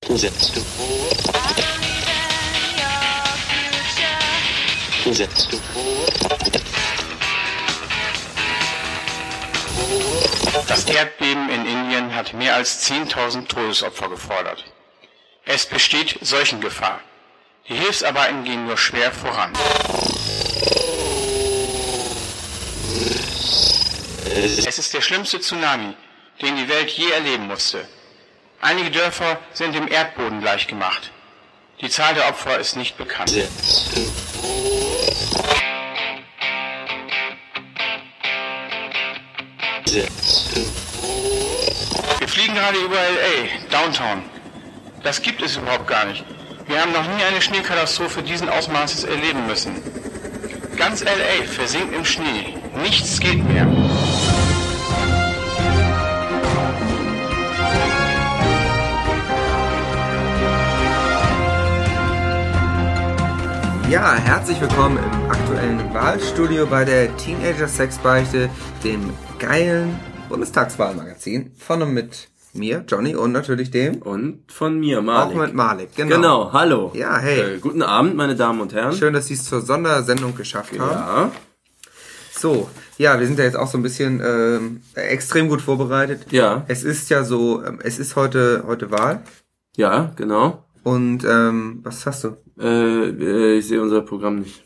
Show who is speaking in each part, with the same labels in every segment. Speaker 1: Gesetzt. Gesetzt.
Speaker 2: Das Erdbeben in Indien hat mehr als 10.000 Todesopfer gefordert. Es besteht Seuchengefahr. Die Hilfsarbeiten gehen nur schwer voran. Es ist der schlimmste Tsunami, den die Welt je erleben musste. Einige Dörfer sind dem Erdboden gleichgemacht. Die Zahl der Opfer ist nicht bekannt. Wir fliegen gerade über LA, Downtown. Das gibt es überhaupt gar nicht. Wir haben noch nie eine Schneekatastrophe diesen Ausmaßes erleben müssen. Ganz LA versinkt im Schnee. Nichts geht mehr.
Speaker 3: Ja, herzlich willkommen im aktuellen Wahlstudio bei der Teenager Sexbeichte, dem geilen Bundestagswahlmagazin von und mit mir, Johnny und natürlich dem
Speaker 4: Und von mir,
Speaker 3: auch
Speaker 4: Malik.
Speaker 3: mit Malik. Genau.
Speaker 4: Genau, hallo.
Speaker 3: Ja, hey.
Speaker 4: Äh, guten Abend, meine Damen und Herren.
Speaker 3: Schön, dass Sie es zur Sondersendung geschafft haben.
Speaker 4: Ja.
Speaker 3: So, ja, wir sind ja jetzt auch so ein bisschen ähm, extrem gut vorbereitet.
Speaker 4: Ja.
Speaker 3: Es ist ja so, ähm, es ist heute heute Wahl
Speaker 4: Ja, genau.
Speaker 3: und ähm, was hast du?
Speaker 4: Äh, äh, ich sehe unser Programm nicht.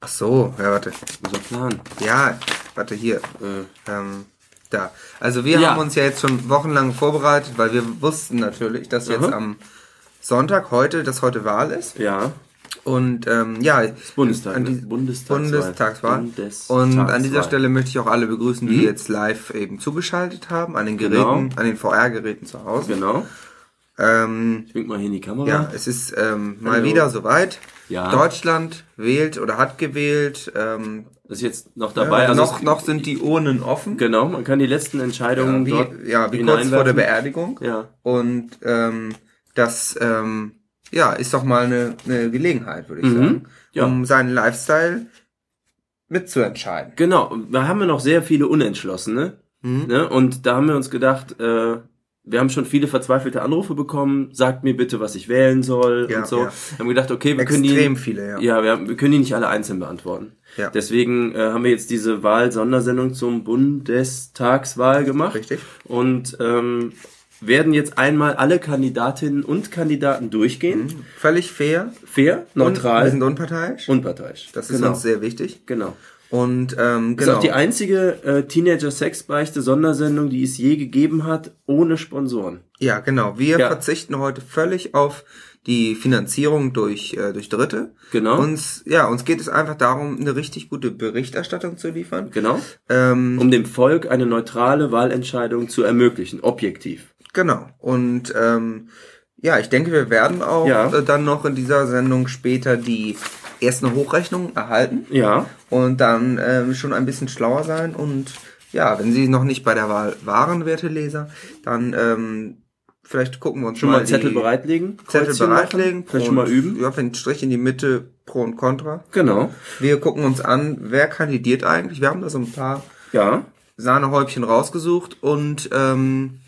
Speaker 3: Ach so, ja, warte.
Speaker 4: Unser Plan.
Speaker 3: Ja, warte hier.
Speaker 4: Äh,
Speaker 3: Ähm, da. Also wir
Speaker 4: Ja.
Speaker 3: haben uns ja jetzt schon wochenlang vorbereitet, weil wir wussten natürlich, dass
Speaker 4: Aha.
Speaker 3: jetzt am Sonntag heute, dass heute Wahl ist.
Speaker 4: ja.
Speaker 3: Und ähm, ja,
Speaker 4: Bundestag,
Speaker 3: an
Speaker 4: ne?
Speaker 3: die
Speaker 4: Bundestagswahl.
Speaker 3: Bundestagswahl.
Speaker 4: Bundestagswahl. Mhm.
Speaker 3: Und an dieser Stelle möchte ich auch alle begrüßen, die jetzt live eben zugeschaltet haben, an den Geräten,
Speaker 4: Genau.
Speaker 3: an den VR-Geräten zu Hause.
Speaker 4: Genau.
Speaker 3: Ähm,
Speaker 4: Ich wink mal hier in die Kamera.
Speaker 3: ja, es ist ähm, mal
Speaker 4: Hallo.
Speaker 3: wieder soweit.
Speaker 4: Ja.
Speaker 3: Deutschland wählt oder hat gewählt. Ähm, äh,
Speaker 4: Das ist jetzt noch dabei. also
Speaker 3: noch,
Speaker 4: es-
Speaker 3: noch sind die Urnen offen.
Speaker 4: Genau, man kann die letzten Entscheidungen dort
Speaker 3: wie, ja, wie kurz vor der Beerdigung.
Speaker 4: Ja.
Speaker 3: Und ähm, das ähm, ja, ist doch mal eine, eine Gelegenheit, würde ich
Speaker 4: Mhm.
Speaker 3: sagen,
Speaker 4: Ja.
Speaker 3: um seinen Lifestyle mitzuentscheiden.
Speaker 4: Genau, da haben wir noch sehr viele Unentschlossene.
Speaker 3: Mhm.
Speaker 4: Ne? Und da haben wir uns gedacht, äh, wir haben schon viele verzweifelte Anrufe bekommen, sagt mir bitte, was ich wählen soll
Speaker 3: Ja,
Speaker 4: und so.
Speaker 3: ja.
Speaker 4: Wir haben gedacht, okay, wir
Speaker 3: Extrem
Speaker 4: können die,
Speaker 3: viele, ja.
Speaker 4: ja, wir, haben, wir können die nicht alle einzeln beantworten.
Speaker 3: Ja.
Speaker 4: Deswegen äh, haben wir jetzt diese Wahl-Sondersendung zum Bundestagswahl gemacht.
Speaker 3: Richtig.
Speaker 4: Und ähm, werden jetzt einmal alle Kandidatinnen und Kandidaten durchgehen.
Speaker 3: Völlig fair.
Speaker 4: Fair,
Speaker 3: Mhm. Und wir
Speaker 4: neutral
Speaker 3: sind
Speaker 4: und,
Speaker 3: unparteiisch.
Speaker 4: unparteiisch.
Speaker 3: das ist
Speaker 4: genau.
Speaker 3: uns sehr wichtig.
Speaker 4: Genau.
Speaker 3: Und ähm,
Speaker 4: Das ist
Speaker 3: genau.
Speaker 4: auch die einzige äh, Teenager-Sex-Beichte-Sondersendung, die es je gegeben hat, ohne Sponsoren.
Speaker 3: ja, genau. Wir
Speaker 4: Ja.
Speaker 3: verzichten heute völlig auf die Finanzierung durch äh, durch Dritte.
Speaker 4: Genau.
Speaker 3: Uns ja, uns geht es einfach darum, eine richtig gute Berichterstattung zu liefern.
Speaker 4: Genau.
Speaker 3: Ähm,
Speaker 4: Um dem Volk eine neutrale Wahlentscheidung zu ermöglichen, objektiv.
Speaker 3: Genau. Und ähm, ja, ich denke, wir werden auch
Speaker 4: Ja.
Speaker 3: äh, dann noch in dieser Sendung später die ersten Hochrechnungen erhalten
Speaker 4: Ja.
Speaker 3: und dann ähm, schon ein bisschen schlauer sein. Und ja, wenn Sie noch nicht bei der Wahl waren, werte Leser, dann ähm, vielleicht gucken wir uns
Speaker 4: Schon mal Zettel
Speaker 3: die
Speaker 4: bereitlegen.
Speaker 3: Zettel
Speaker 4: Kreuzchen
Speaker 3: bereitlegen.
Speaker 4: Machen, vielleicht
Speaker 3: Pro
Speaker 4: schon mal
Speaker 3: und-
Speaker 4: üben.
Speaker 3: Ja, für einen Strich in die Mitte, Pro und Contra.
Speaker 4: Genau.
Speaker 3: Wir gucken uns an, wer kandidiert eigentlich. Wir haben da so ein paar
Speaker 4: Ja.
Speaker 3: Sahnehäubchen rausgesucht und ähm,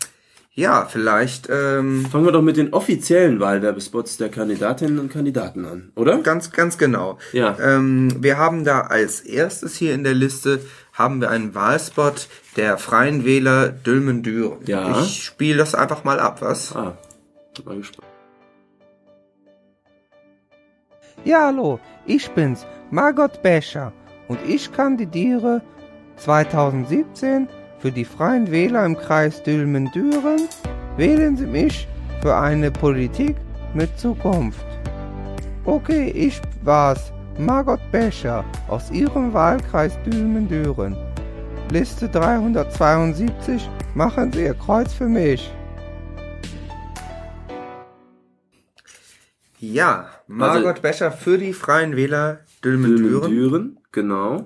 Speaker 3: ja, vielleicht ähm,
Speaker 4: Fangen wir doch mit den offiziellen Wahlwerbespots der Kandidatinnen und Kandidaten an, oder?
Speaker 3: Ganz, ganz genau.
Speaker 4: Ja.
Speaker 3: Ähm, wir haben da als erstes hier in der Liste haben wir einen Wahlspot der Freien Wähler Dülmen-Düren.
Speaker 4: Ja.
Speaker 3: Ich spiele das einfach mal ab, was?
Speaker 4: Ah, bin mal gespannt.
Speaker 5: Ja, hallo, ich bin's, Margot Becher, und ich kandidiere 2017 für die Freien Wähler im Kreis Dülmen-Düren. Wählen Sie mich für eine Politik mit Zukunft. Okay, ich war's, Margot Becher aus Ihrem Wahlkreis Dülmen-Düren. Liste 372, machen Sie Ihr Kreuz für mich.
Speaker 3: Ja, Margot
Speaker 4: Also-
Speaker 3: Becher für die Freien Wähler Dülmen-Düren.
Speaker 4: Düren, genau.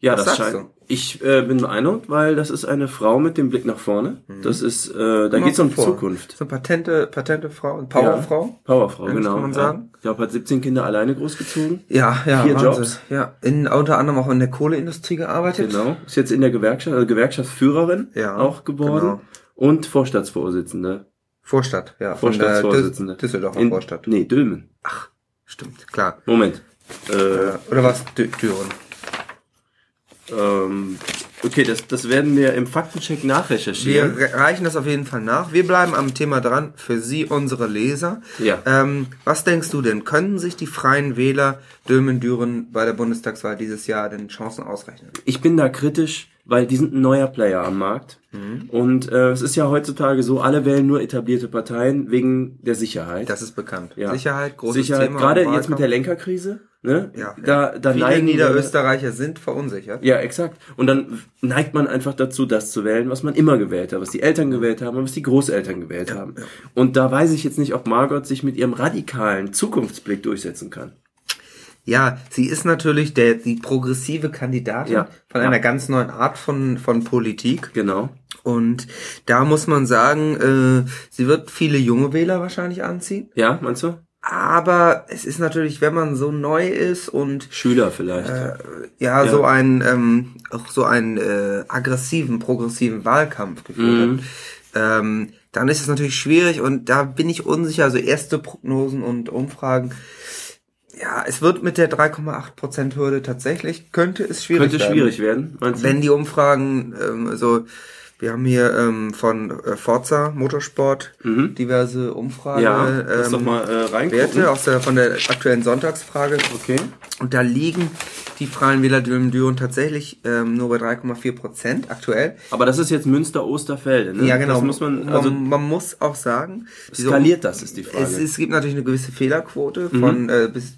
Speaker 4: Ja,
Speaker 3: Was
Speaker 4: das
Speaker 3: sagst
Speaker 4: scheint. Ich äh, bin beeindruckt, weil das ist eine Frau mit dem Blick nach vorne. Das ist, äh, da geht's um
Speaker 3: Mhm. Vor.
Speaker 4: Zukunft.
Speaker 3: So eine patente, patente Frau, eine Powerfrau.
Speaker 4: Ja, Powerfrau,
Speaker 3: Ja, das
Speaker 4: genau.
Speaker 3: kann man
Speaker 4: ja.
Speaker 3: sagen.
Speaker 4: Ich glaube, hat 17 Kinder alleine großgezogen.
Speaker 3: Ja, ja,
Speaker 4: Vier
Speaker 3: Wahnsinn.
Speaker 4: Jobs.
Speaker 3: Ja, in, unter anderem auch in der Kohleindustrie gearbeitet.
Speaker 4: Genau. Ist jetzt in der Gewerkschaft, also Gewerkschaftsführerin
Speaker 3: Ja,
Speaker 4: auch geworden.
Speaker 3: genau.
Speaker 4: Und Vorstandsvorsitzende
Speaker 3: Vorstadt, ja. von der
Speaker 4: Vorstandsvorsitzende.
Speaker 3: Düs- Düsseldorfer
Speaker 4: In-
Speaker 3: Vorstadt.
Speaker 4: Nee, Dülmen.
Speaker 3: Ach, stimmt, klar.
Speaker 4: Moment. Äh,
Speaker 3: Äh, Oder was? Dü Düren.
Speaker 4: ähm, okay, das, das werden wir im Faktencheck nachrecherchieren.
Speaker 3: Wir re- reichen das auf jeden Fall nach. Wir bleiben am Thema dran für Sie, unsere Leser.
Speaker 4: Ja.
Speaker 3: Ähm, was denkst du denn? Können sich die Freien Wähler Dülmen-Düren bei der Bundestagswahl dieses Jahr denn Chancen ausrechnen?
Speaker 4: ich bin da kritisch, weil die sind ein neuer Player am Markt.
Speaker 3: Mhm.
Speaker 4: Und äh, es ist ja heutzutage so, alle wählen nur etablierte Parteien wegen der Sicherheit.
Speaker 3: Das ist bekannt.
Speaker 4: Ja.
Speaker 3: Sicherheit, großes
Speaker 4: Sicherheit,
Speaker 3: Thema.
Speaker 4: gerade
Speaker 3: im
Speaker 4: jetzt
Speaker 3: Wahlkampf.
Speaker 4: mit der Lenkerkrise. Ne?
Speaker 3: Ja.
Speaker 4: Da, da
Speaker 3: Viele
Speaker 4: neigen wir-
Speaker 3: Niederösterreicher sind verunsichert.
Speaker 4: Ja, exakt. Und dann neigt man einfach dazu, das zu wählen, was man immer gewählt hat, was die Eltern gewählt haben und was die Großeltern gewählt haben. Und da weiß ich jetzt nicht, ob Margot sich mit ihrem radikalen Zukunftsblick durchsetzen kann.
Speaker 3: Ja, sie ist natürlich der, die progressive Kandidatin
Speaker 4: Ja.
Speaker 3: von einer
Speaker 4: Ja.
Speaker 3: ganz neuen Art von, von Politik.
Speaker 4: Genau.
Speaker 3: Und da muss man sagen, äh, sie wird viele junge Wähler wahrscheinlich anziehen.
Speaker 4: Ja, meinst du?
Speaker 3: Aber es ist natürlich, wenn man so neu ist und
Speaker 4: Schüler vielleicht.
Speaker 3: ja,
Speaker 4: Ja.
Speaker 3: so einen ähm, auch so einen äh, aggressiven, progressiven Wahlkampf geführt
Speaker 4: Mhm.
Speaker 3: hat, ähm, dann ist es natürlich schwierig und da bin ich unsicher. Also erste Prognosen und Umfragen. Ja, es wird mit der 3,8% Hürde tatsächlich, könnte es schwierig
Speaker 4: Könnte
Speaker 3: werden.
Speaker 4: schwierig werden, meinst du?
Speaker 3: Wenn die Umfragen, ähm, also wir haben hier ähm, von äh, Forza Motorsport
Speaker 4: Mhm.
Speaker 3: diverse Umfragen.
Speaker 4: ja, lass doch
Speaker 3: ähm,
Speaker 4: mal äh, reingucken.
Speaker 3: Werte aus der, von der aktuellen Sonntagsfrage.
Speaker 4: Okay.
Speaker 3: Und da liegen die Freien Wähler Düren tatsächlich ähm, nur bei 3,4 Prozent aktuell.
Speaker 4: Aber das ist jetzt Münster-Osterfelde, ne?
Speaker 3: Ja, genau.
Speaker 4: Das muss man, also
Speaker 3: man, man muss auch sagen, diese-
Speaker 4: skaliert das, ist die Frage. Mhm.
Speaker 3: es, es gibt natürlich eine gewisse Fehlerquote von äh, bis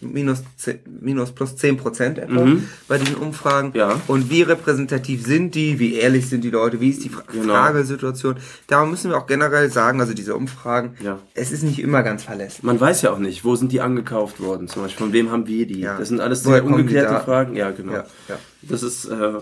Speaker 3: minus, 10, minus plus 10 Prozent etwa bei diesen Umfragen.
Speaker 4: Mhm. Ja.
Speaker 3: Und wie repräsentativ sind die, wie ehrlich sind die Leute, wie ist die Fra
Speaker 4: Genau.
Speaker 3: Fragesituation. Da müssen wir auch generell sagen, also diese Umfragen,
Speaker 4: Ja.
Speaker 3: es ist nicht immer ganz verlässlich.
Speaker 4: man weiß ja auch nicht, wo sind die angekauft worden, zum Beispiel, von wem haben wir die?
Speaker 3: Ja.
Speaker 4: Das sind alles
Speaker 3: Woher
Speaker 4: sehr
Speaker 3: kommen die
Speaker 4: ungeklärte
Speaker 3: Daten?
Speaker 4: Fragen. Ja, genau.
Speaker 3: Ja, ja.
Speaker 4: Das ist, äh,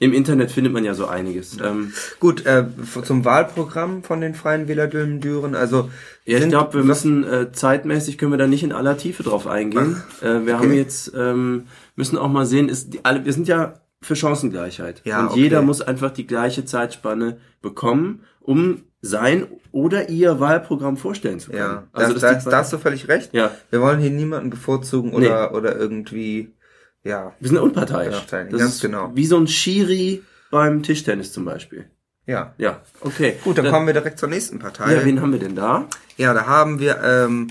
Speaker 4: im Internet findet man ja so einiges. Ähm,
Speaker 3: Gut, äh, f- zum Wahlprogramm von den Freien Wähler Düren, also
Speaker 4: ja, ich
Speaker 3: sind-
Speaker 4: glaube, wir
Speaker 3: was-
Speaker 4: müssen äh, zeitmäßig können wir da nicht in aller Tiefe drauf eingehen. Äh, wir haben jetzt ähm, müssen auch mal sehen, ist die, alle, wir sind ja für Chancengleichheit
Speaker 3: Ja,
Speaker 4: und
Speaker 3: okay.
Speaker 4: jeder muss einfach die gleiche Zeitspanne bekommen, um sein oder ihr Wahlprogramm vorstellen zu können.
Speaker 3: Ja,
Speaker 4: also
Speaker 3: das,
Speaker 4: dass die
Speaker 3: das,
Speaker 4: Zwei-
Speaker 3: da hast du völlig recht.
Speaker 4: Ja.
Speaker 3: Wir wollen hier niemanden bevorzugen oder, oder irgendwie, ja,
Speaker 4: wir sind unparteiisch.
Speaker 3: Unparteiisch, ganz genau.
Speaker 4: Wie so ein Schiri beim Tischtennis zum Beispiel.
Speaker 3: ja.
Speaker 4: Ja, okay. Äh,
Speaker 3: Gut, dann kommen wir direkt zur nächsten Partei.
Speaker 4: Ja, wen haben wir denn da?
Speaker 3: Ja, da haben wir, ähm,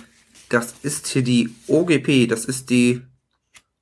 Speaker 3: das ist hier die OGP, das ist die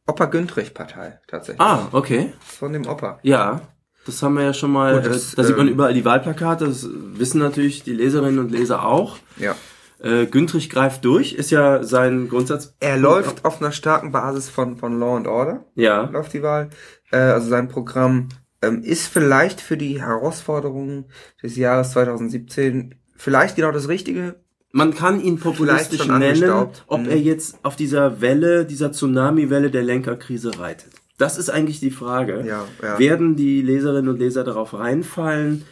Speaker 3: Opa-Güntrich-Partei tatsächlich.
Speaker 4: Ah, okay.
Speaker 3: Von dem Opa.
Speaker 4: Ja, das haben wir ja schon mal.
Speaker 3: Gut, das,
Speaker 4: äh, da sieht man
Speaker 3: ähm,
Speaker 4: überall die Wahlplakate, das wissen natürlich die Leserinnen und Leser auch.
Speaker 3: Ja.
Speaker 4: Äh, Güntrich greift durch, ist ja sein Grundsatz.
Speaker 3: Er läuft auf einer starken Basis von, von Law and Order,
Speaker 4: Ja,
Speaker 3: läuft die Wahl. Äh, also sein Programm ähm, ist vielleicht für die Herausforderungen des Jahres 2017 vielleicht genau das Richtige.
Speaker 4: man kann ihn populistisch
Speaker 3: Vielleicht schon
Speaker 4: nennen,
Speaker 3: angestaubt.
Speaker 4: ob
Speaker 3: Mhm.
Speaker 4: er jetzt auf dieser Welle, dieser Tsunami-Welle der Lenkerkrise reitet. Das ist eigentlich die Frage.
Speaker 3: Ja, ja.
Speaker 4: Werden die Leserinnen und Leser darauf reinfallen?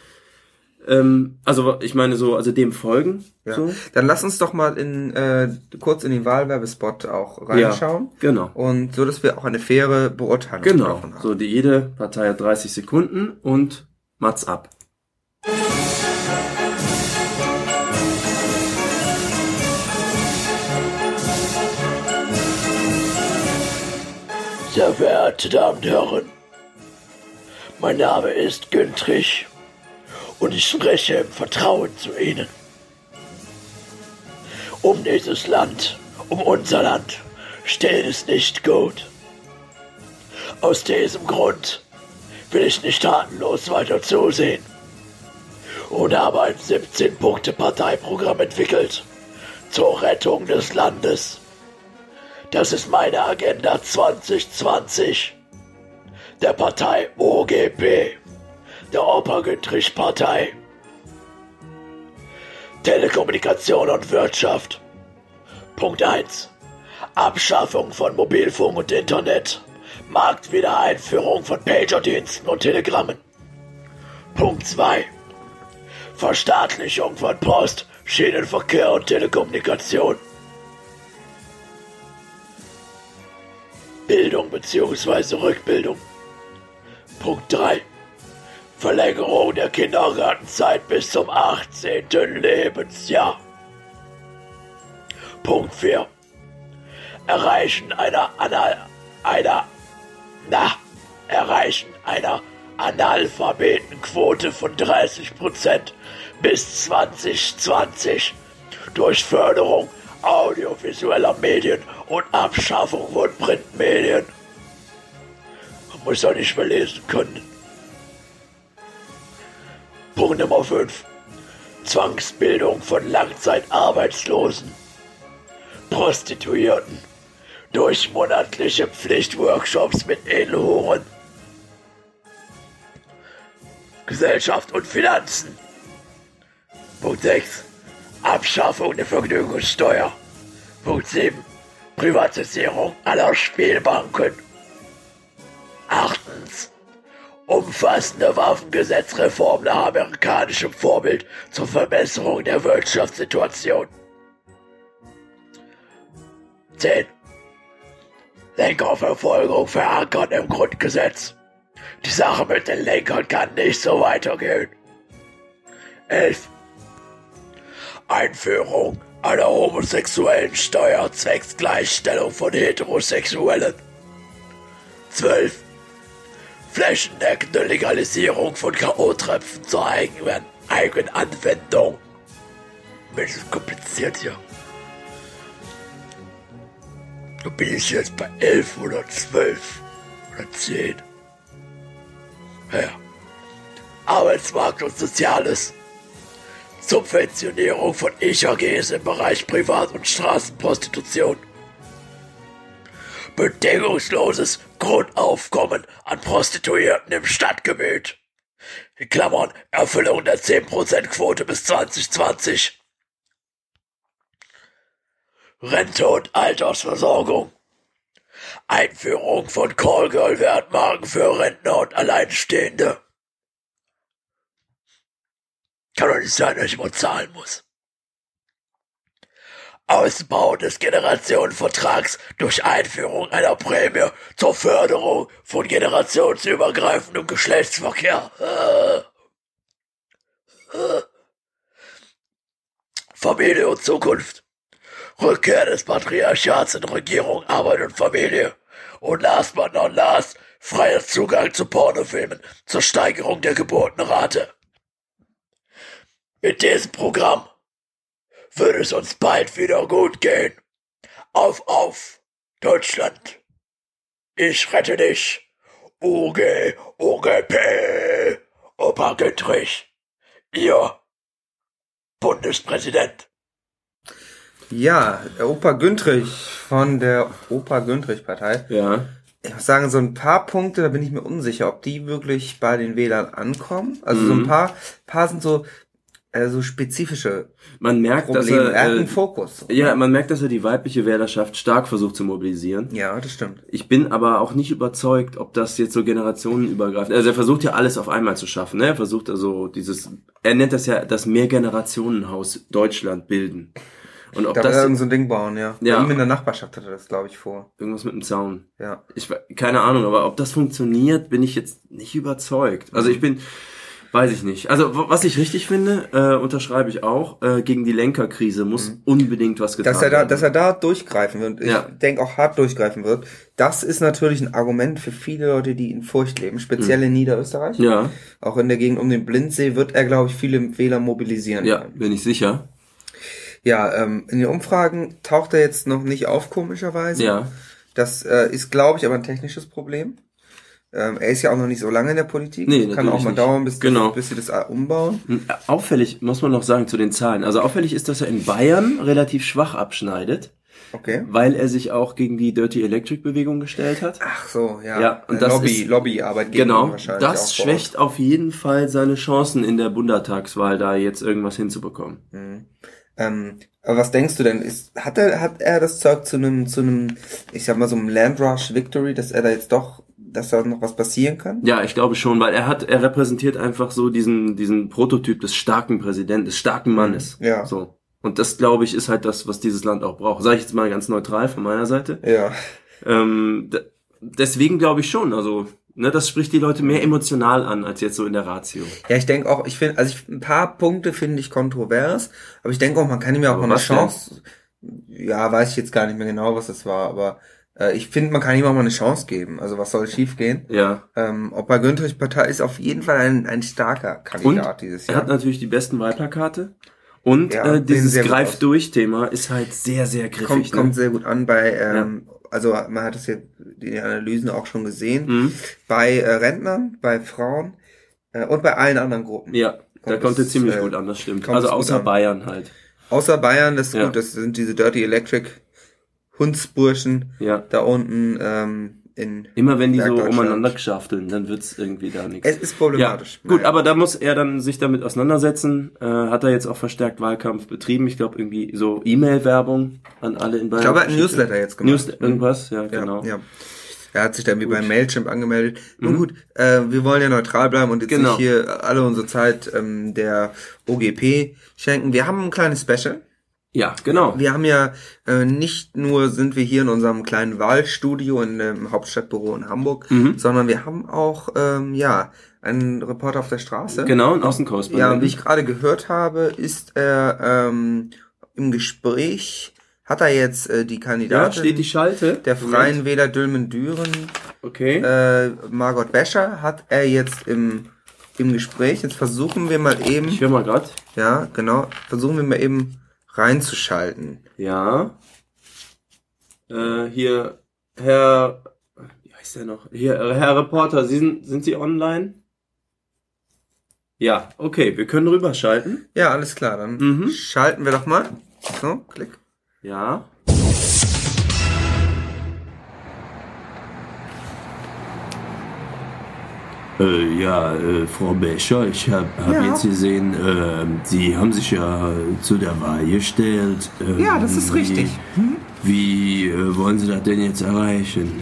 Speaker 4: Ähm, also ich meine so, also dem folgen.
Speaker 3: Ja.
Speaker 4: So?
Speaker 3: Dann lass uns doch mal in, äh, kurz in den Wahlwerbespot auch reinschauen.
Speaker 4: Ja, genau.
Speaker 3: Und so, dass wir auch eine faire Beurteilung
Speaker 4: Genau.
Speaker 3: davon haben.
Speaker 4: So, die, jede Partei hat 30 Sekunden und Mats ab.
Speaker 1: Sehr verehrte Damen und Herren, mein Name ist Güntrich und ich spreche im Vertrauen zu Ihnen. Um dieses Land, um unser Land steht es nicht gut. Aus diesem Grund will ich nicht tatenlos weiter zusehen und habe ein 17-Punkte-Parteiprogramm entwickelt zur Rettung des Landes. Das ist meine Agenda 2020. Der Partei OGP. Der Opa-Güntrich-Partei. Telekommunikation und Wirtschaft. Punkt 1. Abschaffung von Mobilfunk und Internet. Marktwiedereinführung von Pagerdiensten und Telegrammen. Punkt 2. Verstaatlichung von Post, Schienenverkehr und Telekommunikation. Bildung bzw. Rückbildung. Punkt 3. Verlängerung der Kindergartenzeit bis zum 18. Lebensjahr. Punkt 4. Erreichen einer Anal... einer... na, Erreichen einer Analphabetenquote von 30% bis 2020 durch Förderung audiovisueller Medien und Abschaffung von Printmedien. Man muss doch nicht mehr lesen können. Punkt Nummer 5. Zwangsbildung von Langzeitarbeitslosen, Prostituierten durch monatliche Pflichtworkshops mit Edelhuren. Gesellschaft und Finanzen. Punkt 6. Abschaffung der Vergnügungssteuer. Punkt 7. Privatisierung aller Spielbanken. Achtens. Umfassende Waffengesetzreform nach amerikanischem Vorbild zur Verbesserung der Wirtschaftssituation. 10. Lenkerverfolgung verankern im Grundgesetz. Die Sache mit den Lenkern kann nicht so weitergehen. 11. Einführung einer homosexuellen Steuer zwecks Gleichstellung von Heterosexuellen. 12. Flächendeckende Legalisierung von K.O.-Tröpfen zur eigenen, eigenen Anwendung. Mensch, ist kompliziert hier. Da bin ich jetzt bei 11 oder 12 oder 10. Ja. Arbeitsmarkt und Soziales. Subventionierung von IHGs im Bereich Privat- und Straßenprostitution. Bedingungsloses Grundaufkommen an Prostituierten im Stadtgebiet. In Klammern Erfüllung der 10%-Quote bis 2020. Rente und Altersversorgung. Einführung von Callgirl-Wertmarken für Rentner und Alleinstehende. Kann doch nicht sein, dass ich immer zahlen muss. Ausbau des Generationenvertrags durch Einführung einer Prämie zur Förderung von generationsübergreifendem Geschlechtsverkehr. Äh. Äh. Familie und Zukunft. Rückkehr des Patriarchats in Regierung, Arbeit und Familie. Und last but not last, freier Zugang zu Pornofilmen zur Steigerung der Geburtenrate. Mit diesem Programm wird es uns bald wieder gut gehen. Auf, auf, Deutschland. Ich rette dich. UG, UGP, Opa Gütrich. Ihr Bundespräsident.
Speaker 3: Ja, Opa Güntrich von der Opa Güntrich Partei.
Speaker 4: Ja.
Speaker 3: Ich muss sagen, so ein paar Punkte, da bin ich mir unsicher, ob die wirklich bei den Wählern ankommen. Also
Speaker 4: Mhm.
Speaker 3: so ein paar, paar sind so, äh, so spezifische
Speaker 4: Man merkt,
Speaker 3: Probleme.
Speaker 4: dass
Speaker 3: er hat
Speaker 4: er.
Speaker 3: einen
Speaker 4: Äh,
Speaker 3: Fokus.
Speaker 4: ja, man merkt, dass er die weibliche Wählerschaft stark versucht zu mobilisieren.
Speaker 3: Ja, das stimmt.
Speaker 4: Ich bin aber auch nicht überzeugt, ob das jetzt so generationenübergreifend. Also er versucht ja alles auf einmal zu schaffen. Ne? Er versucht also dieses, er nennt das ja das Mehrgenerationenhaus Deutschland bilden. Und ob
Speaker 3: Da will er
Speaker 4: das
Speaker 3: irgend so ein Ding bauen, ja.
Speaker 4: Ja.
Speaker 3: Bei ihm in der Nachbarschaft hatte das, glaube ich, vor.
Speaker 4: irgendwas mit dem Zaun.
Speaker 3: Ja.
Speaker 4: Ich we- keine Ahnung, aber ob das funktioniert, bin ich jetzt nicht überzeugt. Also ich bin, weiß ich nicht. Also w- was ich richtig finde, äh, unterschreibe ich auch. Äh, gegen die Lenkerkrise muss unbedingt was
Speaker 3: Mhm.
Speaker 4: getan
Speaker 3: Dass er da,
Speaker 4: werden.
Speaker 3: dass er da durchgreifen wird. Und ich
Speaker 4: Ja.
Speaker 3: denke auch hart durchgreifen wird. Das ist natürlich ein Argument für viele Leute, die in Furcht leben, speziell in Niederösterreich.
Speaker 4: Hm. ja,
Speaker 3: Auch in der Gegend um den Blindsee wird er, glaube ich, viele Wähler mobilisieren.
Speaker 4: ja, bin ich sicher.
Speaker 3: Ja, ähm, in den Umfragen taucht er jetzt noch nicht auf, komischerweise.
Speaker 4: Ja,
Speaker 3: Das äh, ist, glaube ich, aber ein technisches Problem. Ähm, er ist ja auch noch nicht so lange in der Politik.
Speaker 4: Nee,
Speaker 3: Kann
Speaker 4: natürlich
Speaker 3: auch mal
Speaker 4: nicht.
Speaker 3: dauern, bis,
Speaker 4: Genau.
Speaker 3: bis sie das äh, umbauen.
Speaker 4: Auffällig, muss man noch sagen, zu den Zahlen. Also auffällig ist, dass er in Bayern relativ schwach abschneidet,
Speaker 3: Okay.
Speaker 4: weil er sich auch gegen die Dirty Electric Bewegung gestellt hat.
Speaker 3: Ach so, ja.
Speaker 4: Ja, und
Speaker 3: Äh,
Speaker 4: das
Speaker 3: Lobby,
Speaker 4: ist-
Speaker 3: Lobbyarbeit gegen ihn
Speaker 4: Genau,
Speaker 3: wahrscheinlich auch
Speaker 4: das
Speaker 3: vor Ort.
Speaker 4: schwächt auf jeden Fall seine Chancen in der Bundestagswahl, da jetzt irgendwas hinzubekommen.
Speaker 3: Ähm, aber was denkst du denn? Ist, hat er, hat er das Zeug zu einem, zu einem, ich sag mal so einem Landrush Victory, dass er da jetzt doch, dass da noch was passieren kann?
Speaker 4: Ja, ich glaube schon, weil er hat, er repräsentiert einfach so diesen, diesen Prototyp des starken Präsidenten, des starken Mannes.
Speaker 3: Mhm. Ja.
Speaker 4: So. Und das, glaube ich, ist halt das, was dieses Land auch braucht. Sage ich jetzt mal ganz neutral von meiner Seite.
Speaker 3: Ja.
Speaker 4: Ähm, d- deswegen glaube ich schon, also Ne, das spricht die Leute mehr emotional an als jetzt so in der Ratio.
Speaker 3: Ja, ich denke auch, ich finde, also ich, ein paar Punkte finde ich kontrovers, aber ich denke auch, man kann ihm ja auch
Speaker 4: Aber
Speaker 3: mal eine
Speaker 4: was denn?
Speaker 3: Chance. Ja, weiß ich jetzt gar nicht mehr genau, was das war, aber äh, ich finde, man kann ihm auch mal eine Chance geben. Also was soll schiefgehen?
Speaker 4: Ja.
Speaker 3: Ähm, Opa Günterich Partei ist auf jeden Fall ein, ein starker
Speaker 4: Und
Speaker 3: Kandidat dieses
Speaker 4: er hat
Speaker 3: Jahr.
Speaker 4: natürlich die besten Wahlplakate. Und
Speaker 3: Ja,
Speaker 4: äh, dieses
Speaker 3: sehen sehr gut aus.
Speaker 4: Greif-Durch-Thema ist halt sehr, sehr griffig.
Speaker 3: Kommt,
Speaker 4: ne?
Speaker 3: kommt sehr gut an bei, ähm, also man hat das ja die Analysen auch schon gesehen,
Speaker 4: Mhm.
Speaker 3: bei äh, Rentnern, bei Frauen äh, und bei allen anderen Gruppen.
Speaker 4: Ja, da
Speaker 3: Kommt
Speaker 4: kommt er
Speaker 3: es,
Speaker 4: ziemlich
Speaker 3: äh,
Speaker 4: gut an, das stimmt.
Speaker 3: kommt
Speaker 4: Also
Speaker 3: es gut
Speaker 4: außer
Speaker 3: an.
Speaker 4: Bayern halt.
Speaker 3: Außer Bayern, das ist
Speaker 4: Ja.
Speaker 3: gut, das sind diese Dirty Electric Hundsburschen
Speaker 4: Ja.
Speaker 3: da unten ähm, in.
Speaker 4: Immer wenn die so
Speaker 3: Bergdeutschland.
Speaker 4: umeinander geschafteln, dann wird's irgendwie da nichts.
Speaker 3: Es ist problematisch.
Speaker 4: Ja, gut,
Speaker 3: Naja.
Speaker 4: aber da muss er dann sich damit auseinandersetzen. Äh, hat er jetzt auch verstärkt Wahlkampf betrieben. Ich glaube, irgendwie so E-Mail-Werbung an alle in Bayern.
Speaker 3: Ich glaube, er hat einen
Speaker 4: geschickt.
Speaker 3: Newsletter jetzt gemacht.
Speaker 4: News irgendwas, ja,
Speaker 3: ja,
Speaker 4: genau. Mhm.
Speaker 3: ja. Er hat sich dann wie bei Mailchimp angemeldet. Nun gut, äh, wir wollen ja neutral bleiben und jetzt
Speaker 4: Genau.
Speaker 3: nicht hier alle unsere Zeit ähm, der OGP schenken. Wir haben ein kleines Special.
Speaker 4: Ja, genau.
Speaker 3: Wir haben ja äh, nicht nur sind wir hier in unserem kleinen Wahlstudio in dem Hauptstadtbüro in Hamburg,
Speaker 4: Mhm.
Speaker 3: sondern wir haben auch ähm, ja einen Reporter auf der Straße.
Speaker 4: Genau, ein Außenkorrespondent.
Speaker 3: Ja, und wie ich gerade gehört habe, ist er ähm, im Gespräch. Hat er jetzt äh, die Kandidatin
Speaker 4: ja, steht die Schalte.
Speaker 3: der Freien Wähler Dülmen-Düren,
Speaker 4: Okay.
Speaker 3: äh, Margot Wäscher, hat er jetzt im, im Gespräch. Jetzt versuchen wir mal
Speaker 4: ich
Speaker 3: eben,
Speaker 4: höre mal grad.
Speaker 3: ja, genau, versuchen wir mal eben reinzuschalten.
Speaker 4: Ja. Äh, hier, Herr, wie heißt der noch? Hier, äh, Herr Reporter, Sie sind, sind Sie online? Ja, okay, wir können rüberschalten.
Speaker 3: Ja, alles klar, dann
Speaker 4: Mhm.
Speaker 3: schalten wir doch mal. So, klick.
Speaker 4: Ja.
Speaker 1: Äh, ja, äh, Frau Becher, ich habe hab
Speaker 6: Ja.
Speaker 1: jetzt gesehen, äh, Sie haben sich ja zu der Wahl gestellt. Ähm,
Speaker 3: Ja, das ist richtig.
Speaker 1: Wie, wie äh, wollen Sie das denn jetzt erreichen?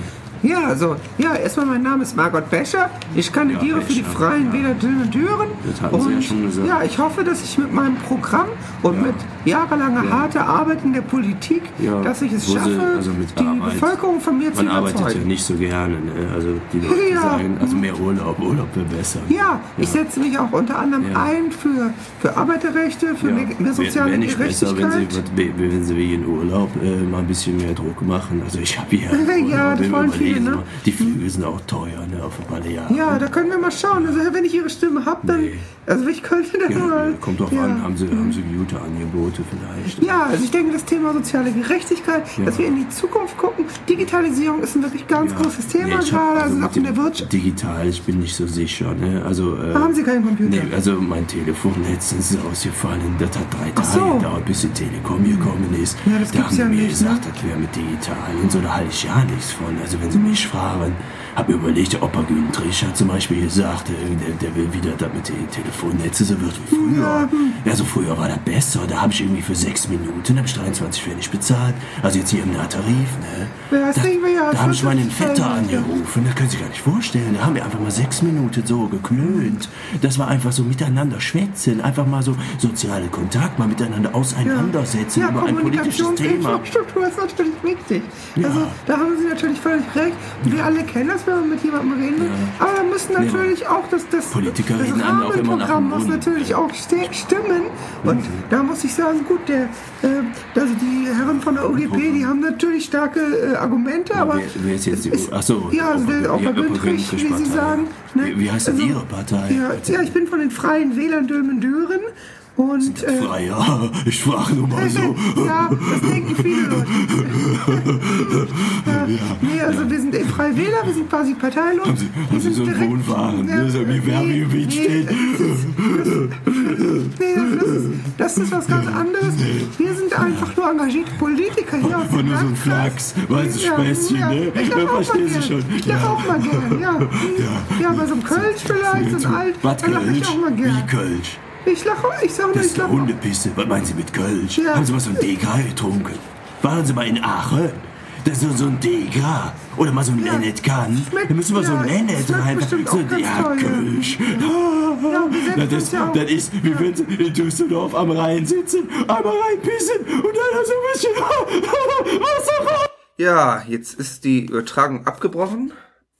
Speaker 3: Ja, also, ja, erstmal mein Name ist Margot Becher. Ich kandidiere
Speaker 1: Ja,
Speaker 3: für die
Speaker 1: Becher,
Speaker 3: Freien
Speaker 1: ja.
Speaker 3: Wähler Düren und Düren.
Speaker 1: Das hatten Sie ja schon gesagt.
Speaker 3: Ja, ich hoffe, dass ich mit meinem Programm und mit jahrelanger harter Arbeit in der Politik,
Speaker 1: Ja,
Speaker 3: dass ich es
Speaker 1: wo Sie-
Speaker 3: schaffe,
Speaker 1: also mit
Speaker 3: die
Speaker 1: Arbeit.
Speaker 3: Bevölkerung von mir zu
Speaker 1: Man arbeitet ja
Speaker 3: überzeugen.
Speaker 1: nicht so gerne, ne? Also die Leute
Speaker 3: Ja.
Speaker 1: sagen, also mehr Urlaub, Urlaub wäre besser.
Speaker 3: Ja, ich setze mich auch unter anderem
Speaker 1: Ja.
Speaker 3: ein für, für Arbeiterrechte, für mehr, mehr soziale
Speaker 1: Wäre nicht besser, wenn sie,
Speaker 3: Gerechtigkeit.
Speaker 1: wenn- wenn sie wegen Urlaub äh, mal ein bisschen mehr Druck machen. Also ich habe hier...
Speaker 3: Ja, das
Speaker 1: Urlaub,
Speaker 3: wollen viele,
Speaker 1: überlesen,
Speaker 3: ne?
Speaker 1: Die Flüge sind auch teuer, ne, auf ein paar Jahre.
Speaker 3: ja, da können wir mal schauen. Also wenn ich Ihre Stimme hab, dann.
Speaker 1: Nee.
Speaker 3: Also ich könnte dann
Speaker 1: Ja,
Speaker 3: mal.
Speaker 1: kommt drauf
Speaker 3: ja.
Speaker 1: an, haben sie, haben sie gute Angebote vielleicht?
Speaker 3: Ja, also ich denke, das Thema soziale Gerechtigkeit, dass wir in die Zukunft gucken. Digitalisierung ist ein wirklich ganz
Speaker 1: Ja.
Speaker 3: großes Thema
Speaker 1: Nee, ich hab-
Speaker 3: gerade, also
Speaker 1: mit
Speaker 3: auch in
Speaker 1: dem
Speaker 3: der Wirtschaft.
Speaker 1: Digital, ich bin nicht so sicher. Ne? Also, äh,
Speaker 3: Da haben Sie keinen Computer.
Speaker 1: Nee, also mein Telefon letztens ist ausgefallen. Das hat drei Tage
Speaker 3: so.
Speaker 1: gedauert, bis die Telekom gekommen ist.
Speaker 3: Ja, das
Speaker 1: da
Speaker 3: gibt's
Speaker 1: haben
Speaker 3: ja
Speaker 1: die mir
Speaker 3: nicht, ne?
Speaker 1: gesagt, das wäre mit digital und so, da halte ich ja nichts von. Also wenn sie mich fragen, habe überlegt, Opa Güntrich hat zum Beispiel gesagt, äh, der, der will wieder, dass mit den Telefonnetzen so wird wie früher. Ja, so früher war das besser. Da habe ich irgendwie für sechs Minuten, habe ich 23 Pfennig bezahlt. Also jetzt hier im Nahtarif, ne?
Speaker 3: Wer ist
Speaker 1: da
Speaker 3: denn wer?
Speaker 1: da habe ich
Speaker 3: Das
Speaker 1: meinen
Speaker 3: ist
Speaker 1: Vetter
Speaker 3: voll-
Speaker 1: angerufen, das können Sie gar nicht vorstellen. Da haben wir einfach mal sechs Minuten so geknönt. Das war einfach so miteinander schwätzen, einfach mal so soziale Kontakt, mal miteinander auseinandersetzen
Speaker 3: Ja,
Speaker 1: über ein politisches Thema.
Speaker 3: Kommunikationsinfrastruktur ist natürlich wichtig.
Speaker 1: Ja.
Speaker 3: Also da haben Sie natürlich völlig recht. Wir alle kennen das, wenn man mit jemandem reden will. Aber da müssen natürlich auch das, das,
Speaker 1: Politiker
Speaker 3: das
Speaker 1: reden einem auch immer nach dem
Speaker 3: Rahmenprogramm muss
Speaker 1: Mund.
Speaker 3: natürlich auch ste- stimmen. Und da muss ich sagen, gut, der, äh, also die Herren von der OGP, die haben natürlich starke äh, Argumente, aber
Speaker 1: wer, wer ist jetzt die
Speaker 3: es-
Speaker 1: U- Ach so,
Speaker 3: ja, also
Speaker 1: Opa-
Speaker 3: der Opa
Speaker 1: ja, Opa
Speaker 3: Güntrich, wie Sie
Speaker 1: Güntrich-Partei.
Speaker 3: sagen.
Speaker 1: Wie- wie heißt denn Ihre Partei?
Speaker 3: Ja, ja, ich bin von den Freien Wählern Dülmen-Düren. Und, äh, Also,
Speaker 1: Freier, ich frage nur mal so.
Speaker 3: ja, das denken viele Leute. ja. Nee, also wir sind eben Freie Wähler, wir sind quasi parteilos. Haben
Speaker 1: Sie- haben Sie so einen Wohnwagen? Ne, so wie Wärmegebiet steht.
Speaker 3: Nee, das ist, das ist was ganz anderes. Wir sind einfach nur engagierte Politiker hier aus
Speaker 1: War
Speaker 3: dem
Speaker 1: nur so ein
Speaker 3: Landkreis.
Speaker 1: Flachs, weißes Späßchen, ne?
Speaker 3: Ich darf auch
Speaker 1: Verstehen
Speaker 3: mal
Speaker 1: Sie
Speaker 3: gern.
Speaker 1: schon.
Speaker 3: Ich darf
Speaker 1: Ja.
Speaker 3: auch mal gern, ja. Ja, bei so einem Kölsch vielleicht, so einem Alt.
Speaker 1: Was
Speaker 3: da lache ich
Speaker 1: Kölsch?
Speaker 3: auch mal
Speaker 1: Wie
Speaker 3: gern.
Speaker 1: Kölsch?
Speaker 3: Ich lache, ich sage nur,
Speaker 1: Das
Speaker 3: ich
Speaker 1: ist eine
Speaker 3: lache. auch.
Speaker 1: Hundepisse. Was meinen Sie mit Kölsch?
Speaker 3: Ja.
Speaker 1: Haben Sie was von Degra getrunken? Waren Sie mal in Aachen? Das ist so- so ein Degra. Oder mal so ein Lennet kann.
Speaker 3: Schmeckt-
Speaker 1: Da müssen wir so
Speaker 3: ja,
Speaker 1: ein Lennet
Speaker 3: schmeckt
Speaker 1: rein.
Speaker 3: bestimmt
Speaker 1: So
Speaker 3: auch ganz
Speaker 1: ja,
Speaker 3: toll, ja.
Speaker 1: Kölsch. Ah,
Speaker 3: Ja, wir setzen
Speaker 1: Das
Speaker 3: uns
Speaker 1: ist,
Speaker 3: ja auch.
Speaker 1: das ist wie wenn Sie in Düsseldorf am Rhein sitzen, einmal reinpissen und dann so ein ah, bisschen Wasser ah, raus.
Speaker 3: Ja, jetzt ist die Übertragung abgebrochen.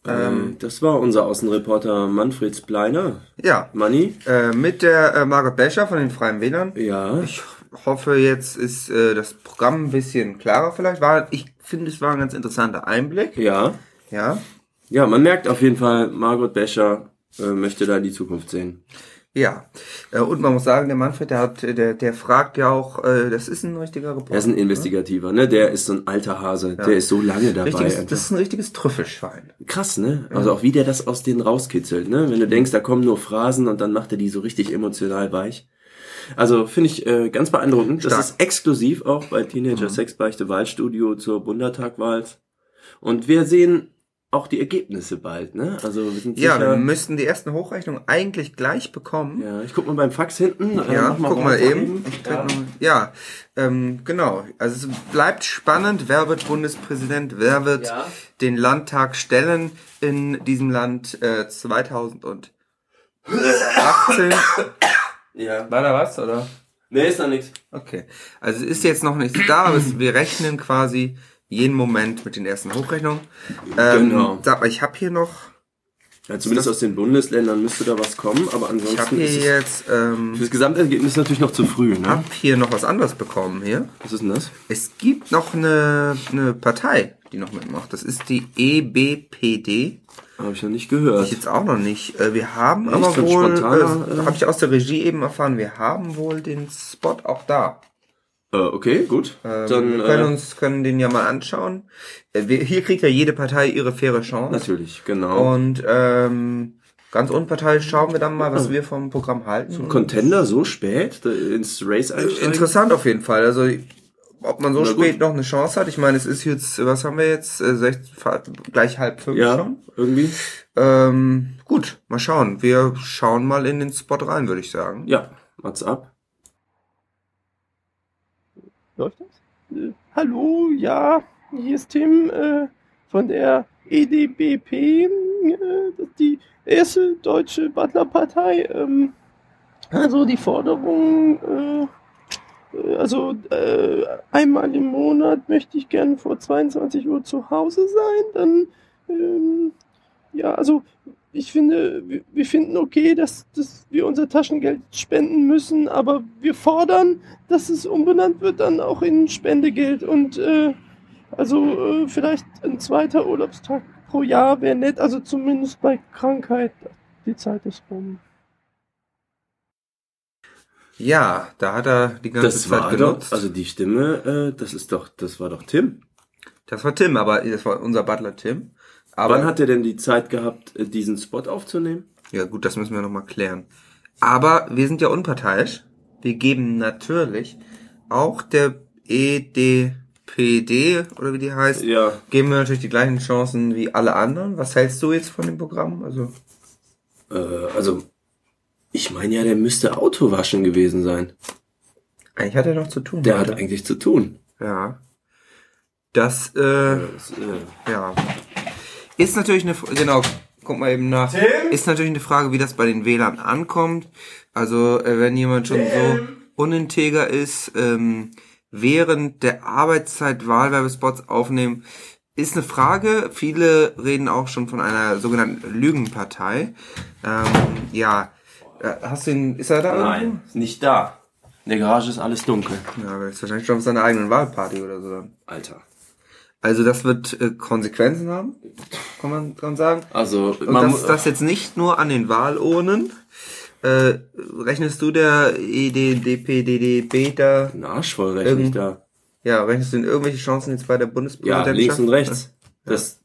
Speaker 4: Ähm, das war unser Außenreporter Manfred Spleiner.
Speaker 3: Ja.
Speaker 4: Manni?
Speaker 3: Äh, mit der äh, Margot Bescher von den Freien Wählern.
Speaker 4: Ja.
Speaker 3: Ich hoffe, jetzt ist äh, das Programm ein bisschen klarer vielleicht. War, ich finde, es war ein ganz interessanter Einblick.
Speaker 4: Ja.
Speaker 3: Ja.
Speaker 4: Ja, man merkt auf jeden Fall, Margot Bescher äh, möchte da die Zukunft sehen.
Speaker 3: Ja. Äh, und man muss sagen, der Manfred, der hat, äh, der, der fragt ja auch, äh, das ist ein richtiger Reporter.
Speaker 4: Er ist ein Investigativer, ne? Der ist so ein alter Hase. Der ist so lange dabei.
Speaker 3: richtiges,
Speaker 4: einfach.
Speaker 3: das ist ein richtiges Trüffelschwein.
Speaker 4: Krass, ne? Also auch wie der das aus denen rauskitzelt, ne? Wenn du denkst, da kommen nur Phrasen und dann macht er die so richtig emotional weich. Also finde ich äh, ganz beeindruckend.
Speaker 3: Stark.
Speaker 4: Das ist exklusiv auch bei Teenager Sexbeichte Wahlstudio zur Bundestagwahl. Und wir sehen auch die Ergebnisse bald, ne? Also wir sind
Speaker 3: Ja, wir
Speaker 4: sicher.
Speaker 3: müssten die ersten Hochrechnungen eigentlich gleich bekommen.
Speaker 4: ja, ich guck mal beim Fax hinten. äh,
Speaker 3: Ja,
Speaker 4: mach
Speaker 3: guck mal
Speaker 4: weiter
Speaker 3: eben. Ich ja. Noch, ja, ähm, genau. Also es bleibt spannend. Wer wird Bundespräsident? Wer wird den Landtag stellen in diesem Land äh, 2018? äh,
Speaker 4: Ja.
Speaker 3: War da was, oder?
Speaker 4: Nee, ist noch nichts.
Speaker 3: Okay. Also es ist jetzt noch nichts da, aber es- wir rechnen quasi jeden Moment mit den ersten Hochrechnungen. Ähm,
Speaker 4: Genau.
Speaker 3: Sag mal, ich habe hier noch,
Speaker 4: Ja, zumindest aus den Bundesländern müsste da was kommen, aber
Speaker 3: ich habe
Speaker 4: ansonsten
Speaker 3: hier
Speaker 4: ist es
Speaker 3: jetzt, ähm,
Speaker 4: fürs Gesamtergebnis natürlich noch zu früh, ne?
Speaker 3: hab hier noch was anderes bekommen hier.
Speaker 4: Was ist denn das?
Speaker 3: Es gibt noch eine, eine Partei, die noch mitmacht. Das ist die E EBPD.
Speaker 4: Habe ich noch nicht gehört.
Speaker 3: Ich jetzt auch noch nicht. Äh, Wir haben
Speaker 4: Echt?
Speaker 3: aber
Speaker 4: So ein
Speaker 3: wohl,
Speaker 4: spontaner,
Speaker 3: äh,
Speaker 4: äh,
Speaker 3: habe ich aus der Regie eben erfahren, wir haben wohl den Spot auch da.
Speaker 4: Äh, okay, gut.
Speaker 3: Ähm,
Speaker 4: Dann
Speaker 3: wir können
Speaker 4: äh,
Speaker 3: uns können den ja mal anschauen. Äh, Wir, hier kriegt ja jede Partei ihre faire Chance.
Speaker 4: natürlich, genau.
Speaker 3: Und ähm, ganz unparteiisch schauen wir dann mal, was wir vom Programm halten.
Speaker 4: Contender so spät da ins
Speaker 3: Äh,
Speaker 4: Race einsteigen?
Speaker 3: Interessant auf jeden Fall. Also ob man so
Speaker 4: Na gut.
Speaker 3: spät noch eine Chance hat. Ich meine, es ist jetzt, was haben wir jetzt? Äh, sech- fa- gleich halb fünf
Speaker 4: Ja,
Speaker 3: schon.
Speaker 4: irgendwie.
Speaker 3: Ähm, gut, mal schauen. Wir schauen mal in den Spot rein, würde ich sagen.
Speaker 4: Ja, what's up?
Speaker 1: Läuft das? Äh, hallo, ja, hier ist Tim äh, von der E EDBP, äh, das ist die erste deutsche Butlerpartei. Ähm, also die Forderung, äh, äh, also äh, einmal im Monat möchte ich gerne vor 22 Uhr zu Hause sein. Dann, ähm, ja, also ich finde, wir, wir finden okay, dass, dass wir unser Taschengeld spenden müssen, aber wir fordern, dass es umbenannt wird dann auch in Spendegeld und äh, also äh, vielleicht ein zweiter Urlaubstag pro Jahr wäre nett, also zumindest bei Krankheit. Die Zeit ist rum.
Speaker 3: Ja, da hat er die ganze
Speaker 4: Das
Speaker 3: Zeit
Speaker 4: war
Speaker 3: halt genutzt.
Speaker 4: doch, also die Stimme, äh, das ist doch, das war doch Tim.
Speaker 3: das war Tim, aber das war unser Butler Tim. Aber
Speaker 4: Wann hat er denn die Zeit gehabt, äh, diesen Spot aufzunehmen?
Speaker 3: ja gut, das müssen wir noch mal klären. Aber wir sind ja unparteiisch. Wir geben natürlich auch der E EDPD oder wie die heißt,
Speaker 4: Ja.
Speaker 3: geben wir natürlich die gleichen Chancen wie alle anderen. Was hältst du jetzt von dem Programm? Also
Speaker 4: Äh, also, ich meine ja, der müsste Auto waschen gewesen sein.
Speaker 3: eigentlich hat er noch zu tun.
Speaker 4: Der hat
Speaker 3: heute.
Speaker 4: eigentlich zu tun.
Speaker 3: ja. Das äh,
Speaker 4: Das, äh,
Speaker 3: Ja. Ist natürlich eine, F- genau, guck mal eben nach. Ist natürlich eine Frage, wie das bei den Wählern ankommt. Also, äh, wenn jemand schon so uninteger ist, ähm, während der Arbeitszeit Wahlwerbespots aufnehmen, ist eine Frage. Viele reden auch schon von einer sogenannten Lügenpartei. Ähm, ja. Äh, Hast du ihn, ist er da?
Speaker 4: nein, ist nicht da. In der Garage ist alles dunkel.
Speaker 3: irgendwo? Ja, aber ist wahrscheinlich schon auf seiner eigenen Wahlparty oder so dann.
Speaker 4: Alter.
Speaker 3: Also, das wird äh, Konsequenzen haben, kann man, kann man sagen.
Speaker 4: Also,
Speaker 3: Und
Speaker 4: man
Speaker 3: das, das jetzt nicht nur an den Wahlurnen. Äh, rechnest du der E EDDPDD Beta?
Speaker 4: Den Arsch voll rechne ich
Speaker 3: Irgend-
Speaker 4: da.
Speaker 3: Ja, rechnest du denn irgendwelche Chancen jetzt bei der
Speaker 4: Ja,
Speaker 3: Bundespräsidentschaft?
Speaker 4: links und rechts. Das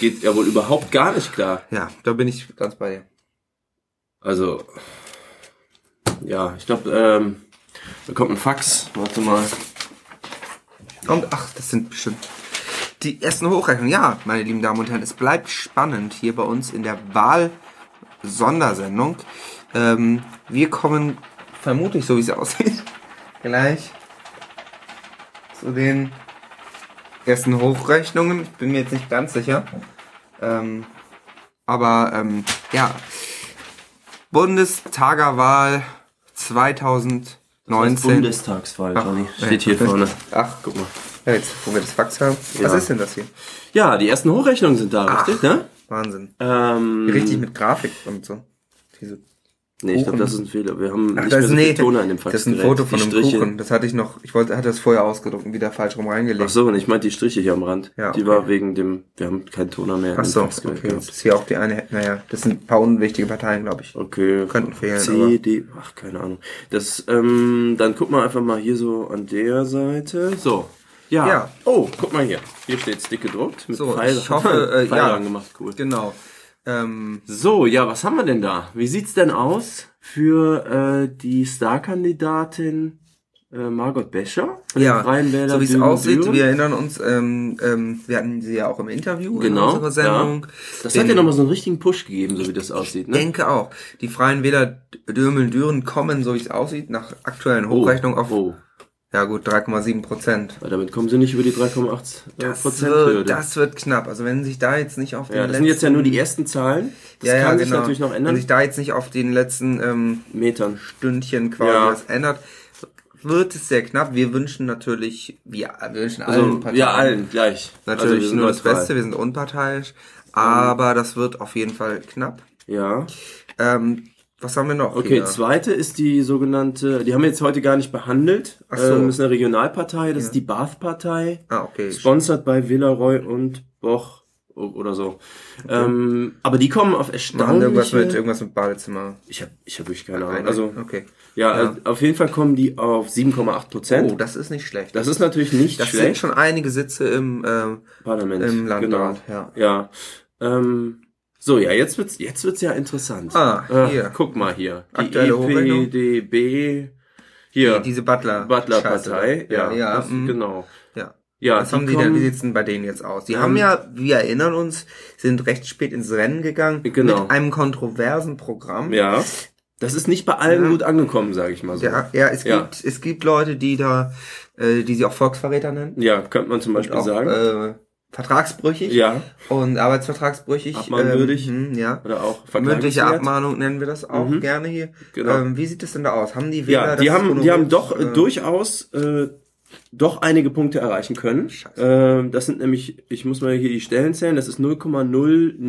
Speaker 4: geht ja wohl überhaupt gar nicht klar.
Speaker 3: Ja, da bin ich ganz bei dir.
Speaker 4: Also, ja, ich glaube, ähm, da kommt ein Fax. Warte mal.
Speaker 3: Und ach, das sind bestimmt die ersten Hochrechnungen. Ja, meine lieben Damen und Herren, es bleibt spannend hier bei uns in der Wahl-Sondersendung. Ähm, wir kommen vermutlich, so wie es aussieht, gleich zu den ersten Hochrechnungen. Ich bin mir jetzt nicht ganz sicher. Ähm, aber ähm, ja, Bundestagerwahl 2019.
Speaker 4: Bundestagswahl, Johnny. Steht hier vorne.
Speaker 3: Ach,
Speaker 4: Guck mal.
Speaker 3: ja, jetzt, wo wir das Fax haben.
Speaker 4: Ja.
Speaker 3: Was ist denn das hier?
Speaker 4: Ja, die ersten Hochrechnungen sind da, richtig, ne?
Speaker 3: Wahnsinn.
Speaker 4: Ähm,
Speaker 3: Richtig mit Grafik und so. Diese
Speaker 4: Nee, ich glaube,
Speaker 3: Kuchen.
Speaker 4: das ist ein Fehler. Wir haben
Speaker 3: Ach, das,
Speaker 4: nicht mehr
Speaker 3: ist,
Speaker 4: so
Speaker 3: nee,
Speaker 4: viele Toner an dem
Speaker 3: das ist ein
Speaker 4: Faxgerät.
Speaker 3: Foto von
Speaker 4: Die
Speaker 3: einem
Speaker 4: Striche-
Speaker 3: Kuchen. Das hatte ich noch, ich wollte, hatte das vorher ausgedruckt und wieder falsch rum reingelegt.
Speaker 4: Ach so, und ich meinte die Striche hier am Rand.
Speaker 3: Ja,
Speaker 4: Die
Speaker 3: okay.
Speaker 4: war wegen dem, wir haben keinen Toner mehr.
Speaker 3: Ach
Speaker 4: im
Speaker 3: so,
Speaker 4: Faxgerät
Speaker 3: okay. Das
Speaker 4: gehabt.
Speaker 3: ist hier auch die eine, naja, das sind ein paar unwichtige Parteien, glaube ich.
Speaker 4: Okay.
Speaker 3: Könnten fehlen,
Speaker 4: C, D, ach, keine Ahnung. Das, ähm, dann guck mal einfach mal hier so an der Seite. So. Ja.
Speaker 3: Ja.
Speaker 4: Oh, guck mal hier. Hier steht's dick gedruckt. Mit
Speaker 3: So,
Speaker 4: Pfeil-
Speaker 3: ich hoffe, äh,
Speaker 4: Pfeil
Speaker 3: ja.
Speaker 4: dran gemacht, cool.
Speaker 3: Genau. Ähm,
Speaker 4: So, ja, was haben wir denn da? Wie sieht's denn aus für äh, die Star-Kandidatin äh, Margot Becher? Von den
Speaker 3: ja,
Speaker 4: Freien Wählern
Speaker 3: so wie es
Speaker 4: Düren
Speaker 3: aussieht,
Speaker 4: Düren?
Speaker 3: wir erinnern uns, ähm, ähm, wir hatten sie ja auch im Interview
Speaker 4: Genau,
Speaker 3: in unserer Sendung.
Speaker 4: ja. Das hat ja nochmal so einen richtigen Push gegeben, so wie das
Speaker 3: Ich
Speaker 4: aussieht, ne?
Speaker 3: denke auch. Die Freien Wähler Dürmeln-Düren kommen, so wie es aussieht, nach aktuellen Hochrechnung auf,
Speaker 4: Oh,
Speaker 3: ja gut, 3,7 Prozent.
Speaker 4: weil damit kommen sie nicht über die 3,8 äh,
Speaker 3: Das
Speaker 4: Prozent
Speaker 3: wird, das wird knapp. Also wenn sich da jetzt nicht auf den
Speaker 4: Ja, das
Speaker 3: letzten,
Speaker 4: sind jetzt ja nur die ersten Zahlen. Das
Speaker 3: ja, ja,
Speaker 4: kann sich
Speaker 3: genau.
Speaker 4: natürlich noch
Speaker 3: Wenn sich
Speaker 4: ändern.
Speaker 3: da jetzt nicht auf den letzten ähm,
Speaker 4: Metern.
Speaker 3: Stündchen quasi
Speaker 4: Ja.
Speaker 3: was ändert, wird es sehr knapp. Wir wünschen natürlich, wir, wir wünschen allen
Speaker 4: Also,
Speaker 3: Parteien
Speaker 4: ja, allen gleich. also, wir
Speaker 3: natürlich
Speaker 4: sind
Speaker 3: nur das
Speaker 4: neutral. Ähm.
Speaker 3: Beste, wir sind unparteiisch, aber das wird auf jeden Fall knapp.
Speaker 4: Ja.
Speaker 3: Ähm, was haben wir noch?
Speaker 4: Okay,
Speaker 3: hier?
Speaker 4: zweite ist die sogenannte, die haben wir jetzt heute gar nicht behandelt.
Speaker 3: Ach so.
Speaker 4: Ähm, ist eine Regionalpartei, das ist die Bath-Partei.
Speaker 3: Ah, okay.
Speaker 4: Sponsored bei Villaroy und Boch o- oder so. Ähm, aber die kommen auf
Speaker 3: Machen wir irgendwas mit,
Speaker 4: erstaunliche...
Speaker 3: irgendwas mit Badezimmer.
Speaker 4: Ich habe ich hab wirklich keine Ahnung.
Speaker 3: Nein, ne?
Speaker 4: Also,
Speaker 3: okay.
Speaker 4: ja,
Speaker 3: Ja.
Speaker 4: äh, auf jeden Fall kommen die auf 7,8 Prozent.
Speaker 3: Oh, das ist nicht schlecht.
Speaker 4: das ist natürlich nicht
Speaker 3: Das sind
Speaker 4: schlecht.
Speaker 3: schon einige Sitze im, ähm,
Speaker 4: Parlament. genau.
Speaker 3: im Landrat. Ja.
Speaker 4: Ja. Ähm, so, ja, jetzt wird's, jetzt wird's ja interessant.
Speaker 3: Ah,
Speaker 4: Äh,
Speaker 3: hier.
Speaker 4: Guck mal hier. Die E
Speaker 3: Aktuelle Hochrechnung.
Speaker 4: EPDB. Hier.
Speaker 3: Diese Butler.
Speaker 4: Butler-Partei.
Speaker 3: Scheiße.
Speaker 4: Ja,
Speaker 3: ja,
Speaker 4: das,
Speaker 3: mm.
Speaker 4: genau.
Speaker 3: ja.
Speaker 4: Ja,
Speaker 3: Was haben die
Speaker 4: kommen-
Speaker 3: denn, wie sieht's denn bei denen jetzt aus? Die
Speaker 4: Ähm,
Speaker 3: haben ja, wir erinnern uns, sind recht spät ins Rennen gegangen
Speaker 4: Genau.
Speaker 3: mit einem kontroversen Programm.
Speaker 4: Ja. Das ist nicht bei allen
Speaker 3: Ja.
Speaker 4: gut angekommen, sage ich mal so.
Speaker 3: Ja, ja, es
Speaker 4: Ja.
Speaker 3: gibt es gibt Leute, die da, äh, die sie auch Volksverräter nennen,
Speaker 4: Ja, könnte man zum Beispiel
Speaker 3: auch
Speaker 4: sagen.
Speaker 3: äh, vertragsbrüchig
Speaker 4: ja,
Speaker 3: und arbeitsvertragsbrüchig.
Speaker 4: Abmahnwürdig.
Speaker 3: Ähm, hm, ja.
Speaker 4: oder auch
Speaker 3: Mündliche
Speaker 4: verklagenswert.
Speaker 3: Abmahnung nennen wir das auch
Speaker 4: Mhm.
Speaker 3: gerne hier.
Speaker 4: Genau.
Speaker 3: Ähm, wie sieht es denn da aus? Haben die Wähler
Speaker 4: Ja, die
Speaker 3: das ähm,
Speaker 4: haben, die haben doch äh,
Speaker 3: honoriert?
Speaker 4: durchaus äh, doch einige Punkte erreichen können. Ähm, das sind nämlich, ich muss mal hier die Stellen zählen, das ist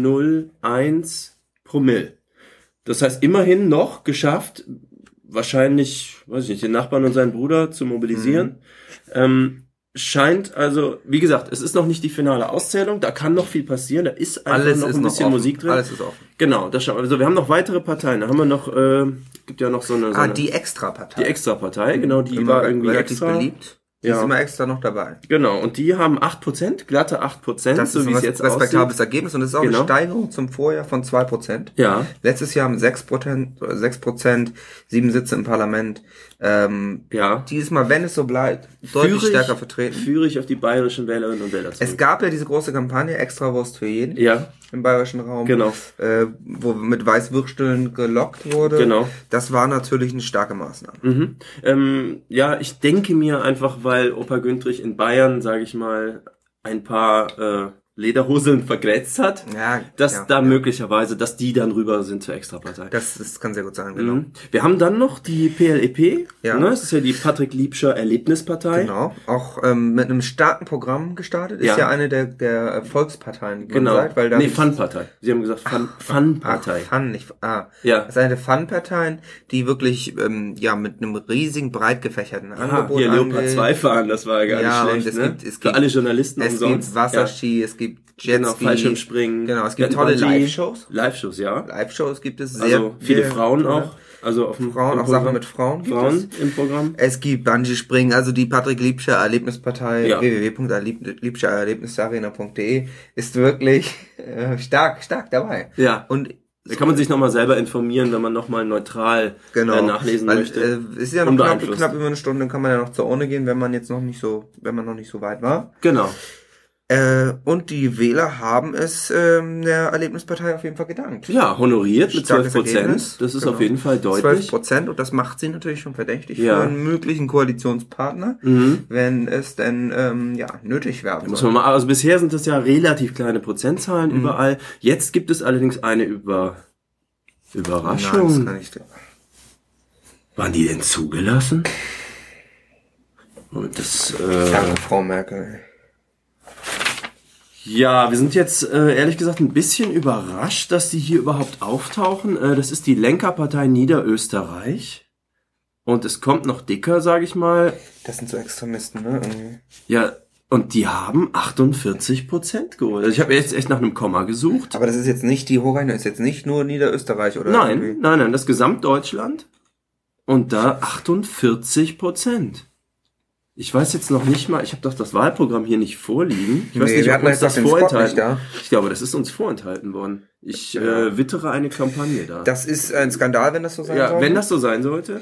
Speaker 4: 0,001 Promille. Das heißt, immerhin noch geschafft, wahrscheinlich, weiß ich nicht, den Nachbarn und seinen Bruder zu mobilisieren.
Speaker 3: Mhm.
Speaker 4: Ähm, scheint also, wie gesagt, es ist noch nicht die finale Auszählung, da kann noch viel passieren, da ist einfach
Speaker 3: Alles
Speaker 4: noch
Speaker 3: ist
Speaker 4: ein
Speaker 3: noch
Speaker 4: bisschen
Speaker 3: offen.
Speaker 4: Musik drin.
Speaker 3: Alles ist offen.
Speaker 4: Genau, das schauen wir. Also wir haben noch weitere Parteien, da haben wir noch, äh, gibt ja noch so eine, so
Speaker 3: Ah,
Speaker 4: eine
Speaker 3: die Extra-Partei.
Speaker 4: die Extra-Partei, genau, die war irgendwie
Speaker 3: Mhm. relativ
Speaker 4: extra.
Speaker 3: beliebt. Die
Speaker 4: Ja.
Speaker 3: ist immer extra noch dabei.
Speaker 4: Genau, und die haben 8%, glatte 8%,
Speaker 3: Das
Speaker 4: so
Speaker 3: ist
Speaker 4: wie
Speaker 3: ein
Speaker 4: es jetzt
Speaker 3: respektables
Speaker 4: aussieht.
Speaker 3: Ergebnis und es ist auch
Speaker 4: Genau.
Speaker 3: eine Steigerung zum Vorjahr von 2%.
Speaker 4: Ja,
Speaker 3: Letztes Jahr haben 6%, äh, 6%, sieben Sitze im Parlament. Ähm,
Speaker 4: ja.
Speaker 3: dieses Mal, wenn es so bleibt, deutlich
Speaker 4: Führe ich-
Speaker 3: stärker vertreten.
Speaker 4: Führe ich auf die bayerischen Wählerinnen und Wähler
Speaker 3: Es
Speaker 4: zurück.
Speaker 3: gab ja diese große Kampagne Extrawurst für jeden
Speaker 4: Ja,
Speaker 3: im bayerischen Raum,
Speaker 4: Genau.
Speaker 3: äh, wo mit Weißwürsteln gelockt wurde.
Speaker 4: Genau.
Speaker 3: Das war natürlich eine starke Maßnahme.
Speaker 4: mhm. ähm, ja, ich denke mir einfach, weil Opa Güntrich in Bayern, sage ich mal, ein paar äh, Lederhoseln vergrätzt hat,
Speaker 3: Ja,
Speaker 4: dass
Speaker 3: ja,
Speaker 4: da
Speaker 3: ja.
Speaker 4: möglicherweise, dass die dann rüber sind zur Extrapartei.
Speaker 3: Das, das kann sehr gut sein, genau.
Speaker 4: Mhm. Wir haben dann noch die PLEP,
Speaker 3: Ja.
Speaker 4: ne? das ist ja die Patrick Liebscher Erlebnispartei.
Speaker 3: Genau, auch ähm, mit einem starken Programm gestartet. Ist
Speaker 4: Ja.
Speaker 3: ja, eine der, der äh, Volksparteien, wie man
Speaker 4: Genau.
Speaker 3: sagt, weil da
Speaker 4: nee, Fun-Partei. Sie haben gesagt Fun-
Speaker 3: Ach,
Speaker 4: Fun-Partei.
Speaker 3: Fun, nicht, ah,
Speaker 4: Ja.
Speaker 3: Das ist eine der Fun-Parteien, die wirklich ähm, ja mit einem riesigen, breit gefächerten
Speaker 4: Ah,
Speaker 3: Angebot
Speaker 4: hier Leopard
Speaker 3: angeht.
Speaker 4: 2 fahren, das war ja gar
Speaker 3: Ja,
Speaker 4: nicht
Speaker 3: und
Speaker 4: schlecht.
Speaker 3: es
Speaker 4: ne?
Speaker 3: gibt- es
Speaker 4: Für
Speaker 3: gibt-
Speaker 4: alle Journalisten
Speaker 3: Es
Speaker 4: umsonst.
Speaker 3: gibt Wasserski, es gibt
Speaker 4: ja. genau,
Speaker 3: Jetski,
Speaker 4: Fallschirmspringen.
Speaker 3: Genau, es gibt
Speaker 4: Ja,
Speaker 3: tolle
Speaker 4: Bungee.
Speaker 3: Live-Shows.
Speaker 4: Live-Shows, ja.
Speaker 3: Live-Shows gibt es sehr
Speaker 4: Also viele
Speaker 3: sehr
Speaker 4: Frauen
Speaker 3: tolle
Speaker 4: auch. Also auf dem
Speaker 3: Frauen,
Speaker 4: im
Speaker 3: auch Sachen
Speaker 4: Programm.
Speaker 3: mit Frauen gibt
Speaker 4: Frauen
Speaker 3: es.
Speaker 4: im Programm.
Speaker 3: Es gibt Bungee-Springen, also die Patrick Liebscher Erlebnispartei
Speaker 4: Ja.
Speaker 3: www.liebschererlebnisarena.de ist wirklich äh, stark, stark dabei.
Speaker 4: Ja.
Speaker 3: Äh, Und
Speaker 4: Da kann man sich nochmal selber informieren, wenn man nochmal neutral
Speaker 3: genau.
Speaker 4: äh, nachlesen
Speaker 3: Weil,
Speaker 4: möchte.
Speaker 3: Äh, es ist ja noch knapp,
Speaker 4: Unbeeinflusst.
Speaker 3: knapp über eine Stunde, dann kann man ja noch zur Urne gehen, wenn man jetzt noch nicht so, wenn man noch nicht so weit war.
Speaker 4: genau.
Speaker 3: Äh, und die Wähler haben es ähm, der Erlebnispartei auf jeden Fall gedankt.
Speaker 4: Ja, honoriert mit
Speaker 3: Starkes
Speaker 4: 12 Prozent.
Speaker 3: Ergebnis,
Speaker 4: Das ist
Speaker 3: genau.
Speaker 4: auf jeden Fall
Speaker 3: 12
Speaker 4: deutlich.
Speaker 3: Prozent und das macht sie natürlich schon verdächtig
Speaker 4: Ja.
Speaker 3: für einen möglichen Koalitionspartner,
Speaker 4: Mhm.
Speaker 3: wenn es denn ähm, ja nötig werden
Speaker 4: Muss
Speaker 3: soll.
Speaker 4: man mal, also bisher sind das ja relativ kleine Prozentzahlen
Speaker 3: Mhm.
Speaker 4: überall. Jetzt gibt es allerdings eine über Überraschung.
Speaker 3: Nein, das kann ich.
Speaker 4: Waren die denn zugelassen? Moment, das, äh,
Speaker 3: Danke, Frau Merkel.
Speaker 4: Ja, wir sind jetzt äh, ehrlich gesagt ein bisschen überrascht, dass die hier überhaupt auftauchen. Äh, das ist die Lenkerpartei Niederösterreich. Und es kommt noch dicker, sage ich mal.
Speaker 3: Das sind so Extremisten, ne? Irgendwie.
Speaker 4: Ja, und die haben 48 Prozent geholt. Also ich habe jetzt echt nach einem Komma gesucht.
Speaker 3: Aber das ist jetzt nicht die Hochrechnung, das ist jetzt nicht nur Niederösterreich, oder?
Speaker 4: Nein,
Speaker 3: irgendwie?
Speaker 4: nein, nein, das Gesamtdeutschland. Und da 48 Prozent. Ich weiß jetzt noch nicht mal, ich habe doch das Wahlprogramm hier nicht vorliegen. Ich weiß
Speaker 3: Nee,
Speaker 4: nicht,
Speaker 3: wir
Speaker 4: ob
Speaker 3: hatten
Speaker 4: uns
Speaker 3: jetzt
Speaker 4: das
Speaker 3: doch den Spot
Speaker 4: vorenthalten.
Speaker 3: nicht da.
Speaker 4: Ich glaube, das ist uns vorenthalten worden. Ich äh, wittere eine Kampagne da.
Speaker 3: Das ist ein Skandal, wenn das so sein
Speaker 4: ja,
Speaker 3: soll.
Speaker 4: wenn das so sein sollte.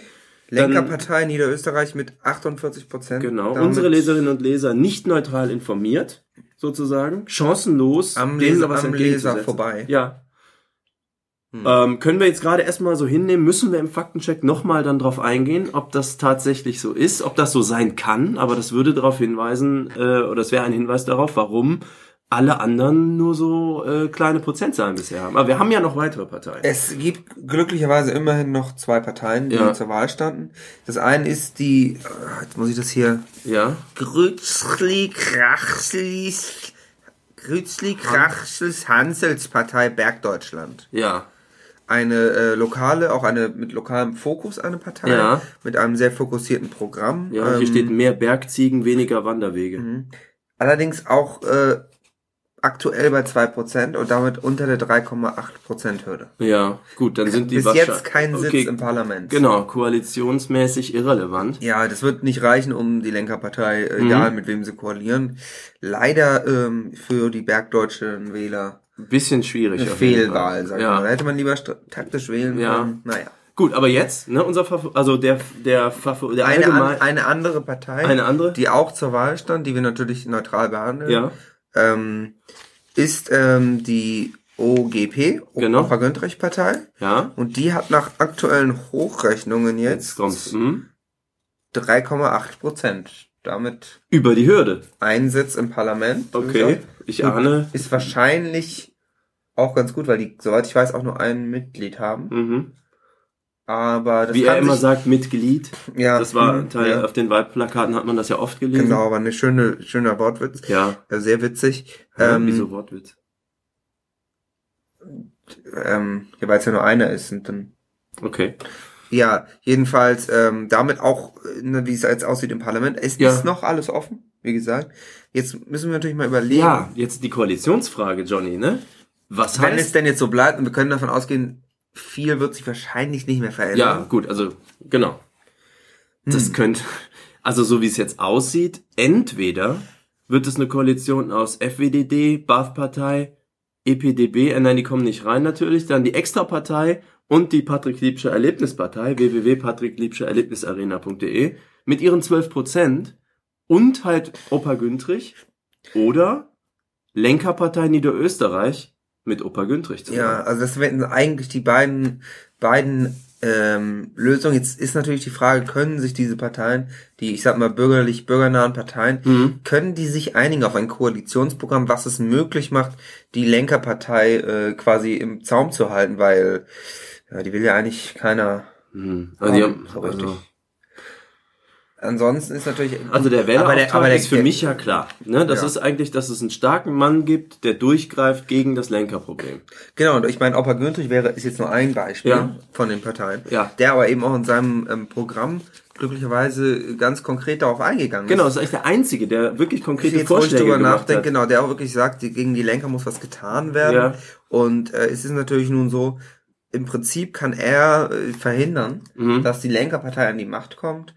Speaker 3: Lenkerpartei Niederösterreich mit 48 Prozent.
Speaker 4: Genau. Unsere Leserinnen und Leser nicht neutral informiert, sozusagen. Chancenlos.
Speaker 3: Am
Speaker 4: denen da
Speaker 3: Leser- am
Speaker 4: entgegenzusetzen.
Speaker 3: Leser vorbei. Hm.
Speaker 4: Ja. Ähm, können wir jetzt gerade erstmal so hinnehmen, müssen wir im Faktencheck nochmal dann drauf eingehen, ob das tatsächlich so ist, ob das so sein kann, aber das würde darauf hinweisen, äh, oder es wäre ein Hinweis darauf, warum alle anderen nur so äh, kleine Prozentzahlen bisher haben. Aber wir haben ja noch weitere Parteien.
Speaker 3: Es gibt glücklicherweise immerhin noch zwei Parteien, die
Speaker 4: Ja.
Speaker 3: zur Wahl standen. Das eine ist die, ah, jetzt muss ich das hier,
Speaker 4: ja.
Speaker 3: Grützli Krachslis, Grützli Krachslis Hanselspartei Bergdeutschland.
Speaker 4: Ja.
Speaker 3: Eine äh, lokale, auch eine mit lokalem Fokus eine Partei,
Speaker 4: Ja.
Speaker 3: mit einem sehr fokussierten Programm.
Speaker 4: Ja, hier
Speaker 3: Ähm,
Speaker 4: steht mehr Bergziegen, weniger Wanderwege.
Speaker 3: Allerdings auch äh, aktuell bei 2% und damit unter der 3,8% Hürde.
Speaker 4: Ja, gut, dann sind die
Speaker 3: Bis
Speaker 4: wahrscheinlich-
Speaker 3: jetzt kein Sitz
Speaker 4: Okay,
Speaker 3: im Parlament.
Speaker 4: Genau, koalitionsmäßig irrelevant.
Speaker 3: Ja, das wird nicht reichen, um die Lenkerpartei,
Speaker 4: Mhm.
Speaker 3: äh, egal mit wem sie koalieren, leider ähm, für die bergdeutschen Wähler
Speaker 4: Bisschen schwierig.
Speaker 3: eine
Speaker 4: auf jeden
Speaker 3: Fehlwahl,
Speaker 4: Fall.
Speaker 3: sag ich
Speaker 4: ja.
Speaker 3: mal. Da hätte man lieber str- taktisch wählen
Speaker 4: Ja.
Speaker 3: können. Naja.
Speaker 4: Gut, aber jetzt, ne, unser Favor also der der Favor der
Speaker 3: Eine, an,
Speaker 4: allgemein
Speaker 3: eine andere Partei,
Speaker 4: Eine andere?
Speaker 3: die auch zur Wahl stand, die wir natürlich neutral behandeln,
Speaker 4: ja,
Speaker 3: ähm, ist ähm, die OGP,
Speaker 4: Genau.
Speaker 3: Opa-Güntrich-Partei.
Speaker 4: ja.
Speaker 3: Und die hat nach aktuellen Hochrechnungen
Speaker 4: Jetzt
Speaker 3: jetzt,
Speaker 4: kommt's. Mhm.
Speaker 3: 3,8 Prozent. Damit
Speaker 4: Über die Hürde.
Speaker 3: ein Sitz im Parlament.
Speaker 4: Okay, ich ahne.
Speaker 3: Ist wahrscheinlich auch ganz gut, weil die, soweit ich weiß, auch nur ein Mitglied haben.
Speaker 4: Mhm.
Speaker 3: Aber das
Speaker 4: Wie
Speaker 3: kann
Speaker 4: er immer
Speaker 3: sich,
Speaker 4: sagt, Mitglied.
Speaker 3: ja,
Speaker 4: Das war ein
Speaker 3: mhm,
Speaker 4: Teil ähm,
Speaker 3: ja.
Speaker 4: auf den Wahlplakaten hat man das ja oft gelesen.
Speaker 3: Genau, aber eine schöne, schöner Wortwitz.
Speaker 4: Ja.
Speaker 3: Äh, Sehr witzig.
Speaker 4: Ähm, Wieso
Speaker 3: Ähm,
Speaker 4: Wortwitz?
Speaker 3: ähm, ja, weil es ja nur einer ist. Und dann,
Speaker 4: Okay.
Speaker 3: ja, jedenfalls ähm, damit auch, äh, ne, wie es jetzt aussieht im Parlament, es
Speaker 4: Ja.
Speaker 3: ist noch alles offen, wie gesagt. Jetzt müssen wir natürlich mal überlegen,
Speaker 4: Ja, jetzt die Koalitionsfrage, Johnny, ne? Was
Speaker 3: wenn es
Speaker 4: heißt
Speaker 3: denn jetzt so bleibt, und wir können davon ausgehen, viel wird sich wahrscheinlich nicht mehr
Speaker 4: Ja,
Speaker 3: verändern.
Speaker 4: gut, also genau. Das
Speaker 3: Hm.
Speaker 4: könnte, also so wie es jetzt aussieht, entweder wird es eine Koalition aus FWDD, BAF-Partei, EPDB, äh, nein, die kommen nicht rein natürlich, dann die Extra-Partei und die Patrick Liebscher Erlebnispartei, www.patrickliebschererlebnisarena.de, E, mit ihren 12% und halt Opa Güntrich oder Lenkerpartei Niederösterreich mit Opa Güntrich zusammen.
Speaker 3: Ja, also das wären eigentlich die beiden, beiden ähm, Lösungen. Jetzt ist natürlich die Frage, können sich diese Parteien, die ich sag mal bürgerlich, bürgernahen Parteien,
Speaker 4: Mhm.
Speaker 3: können die sich einigen auf ein Koalitionsprogramm, was es möglich macht, die Lenkerpartei äh, quasi im Zaum zu halten, weil ja, die will ja eigentlich keiner.
Speaker 4: Hm, Also, die
Speaker 3: Ja,
Speaker 4: haben,
Speaker 3: so richtig.
Speaker 4: also,
Speaker 3: Ansonsten ist natürlich
Speaker 4: Also der
Speaker 3: aber
Speaker 4: Wählerauftrag
Speaker 3: aber
Speaker 4: ist für mich ja klar. Ne? Das
Speaker 3: Ja.
Speaker 4: ist eigentlich, dass es einen starken Mann gibt, der durchgreift gegen das Lenkerproblem.
Speaker 3: Genau, und ich meine, Opa Güntrig wäre, ist jetzt nur ein Beispiel
Speaker 4: Ja.
Speaker 3: von den Parteien,
Speaker 4: Ja.
Speaker 3: der aber eben auch in seinem ähm, Programm glücklicherweise äh, ganz konkret darauf eingegangen
Speaker 4: Genau,
Speaker 3: ist.
Speaker 4: das ist eigentlich der Einzige, der wirklich konkrete
Speaker 3: Jetzt, wo ich
Speaker 4: Vorschläge
Speaker 3: drüber
Speaker 4: gemacht
Speaker 3: nachdenke,
Speaker 4: hat.
Speaker 3: genau, der auch wirklich sagt, die- gegen die Lenker muss was getan werden.
Speaker 4: Ja.
Speaker 3: Und äh, es ist natürlich nun so, im Prinzip kann er äh, verhindern,
Speaker 4: Mhm.
Speaker 3: dass die Lenkerpartei an die Macht kommt.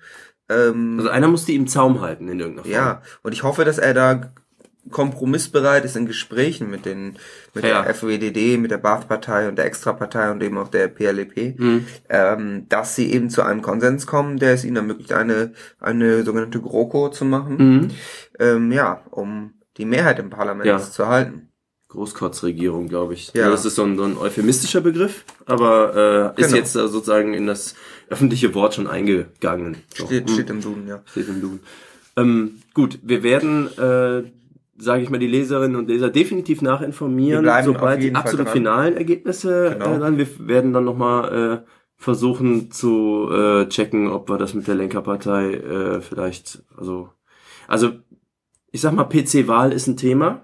Speaker 3: Ähm,
Speaker 4: Also einer muss die im Zaum halten in irgendeiner Form.
Speaker 3: ja, und ich hoffe, dass er da kompromissbereit ist in Gesprächen mit den mit
Speaker 4: Ja.
Speaker 3: der FWDD, mit der BAF-Partei und der Extra-Partei und eben auch der PLEP,
Speaker 4: Mhm.
Speaker 3: ähm, dass sie eben zu einem Konsens kommen, der es ihnen ermöglicht, eine eine sogenannte GroKo zu machen, ähm, ja, um die Mehrheit im Parlament
Speaker 4: Mhm. Ja.
Speaker 3: zu halten.
Speaker 4: Großkotzregierung, glaube ich.
Speaker 3: Ja.
Speaker 4: Ja. Das ist so ein, so ein euphemistischer Begriff, aber äh, ist
Speaker 3: Genau.
Speaker 4: jetzt äh, sozusagen in das öffentliche Wort schon eingegangen. So.
Speaker 3: Steht,
Speaker 4: Hm.
Speaker 3: steht im Duden, ja.
Speaker 4: Steht im Duden. Ähm, gut, wir werden, äh, sage ich mal, die Leserinnen und Leser definitiv
Speaker 3: Wir
Speaker 4: nachinformieren,
Speaker 3: bleiben auf
Speaker 4: sobald die
Speaker 3: jeden Fall
Speaker 4: absolut
Speaker 3: dran.
Speaker 4: finalen Ergebnisse
Speaker 3: Genau.
Speaker 4: äh, dann. Wir werden dann nochmal äh, versuchen zu äh, checken, ob wir das mit der Lenkerpartei äh, vielleicht, also, also ich sag mal, PC-Wahl ist ein Thema.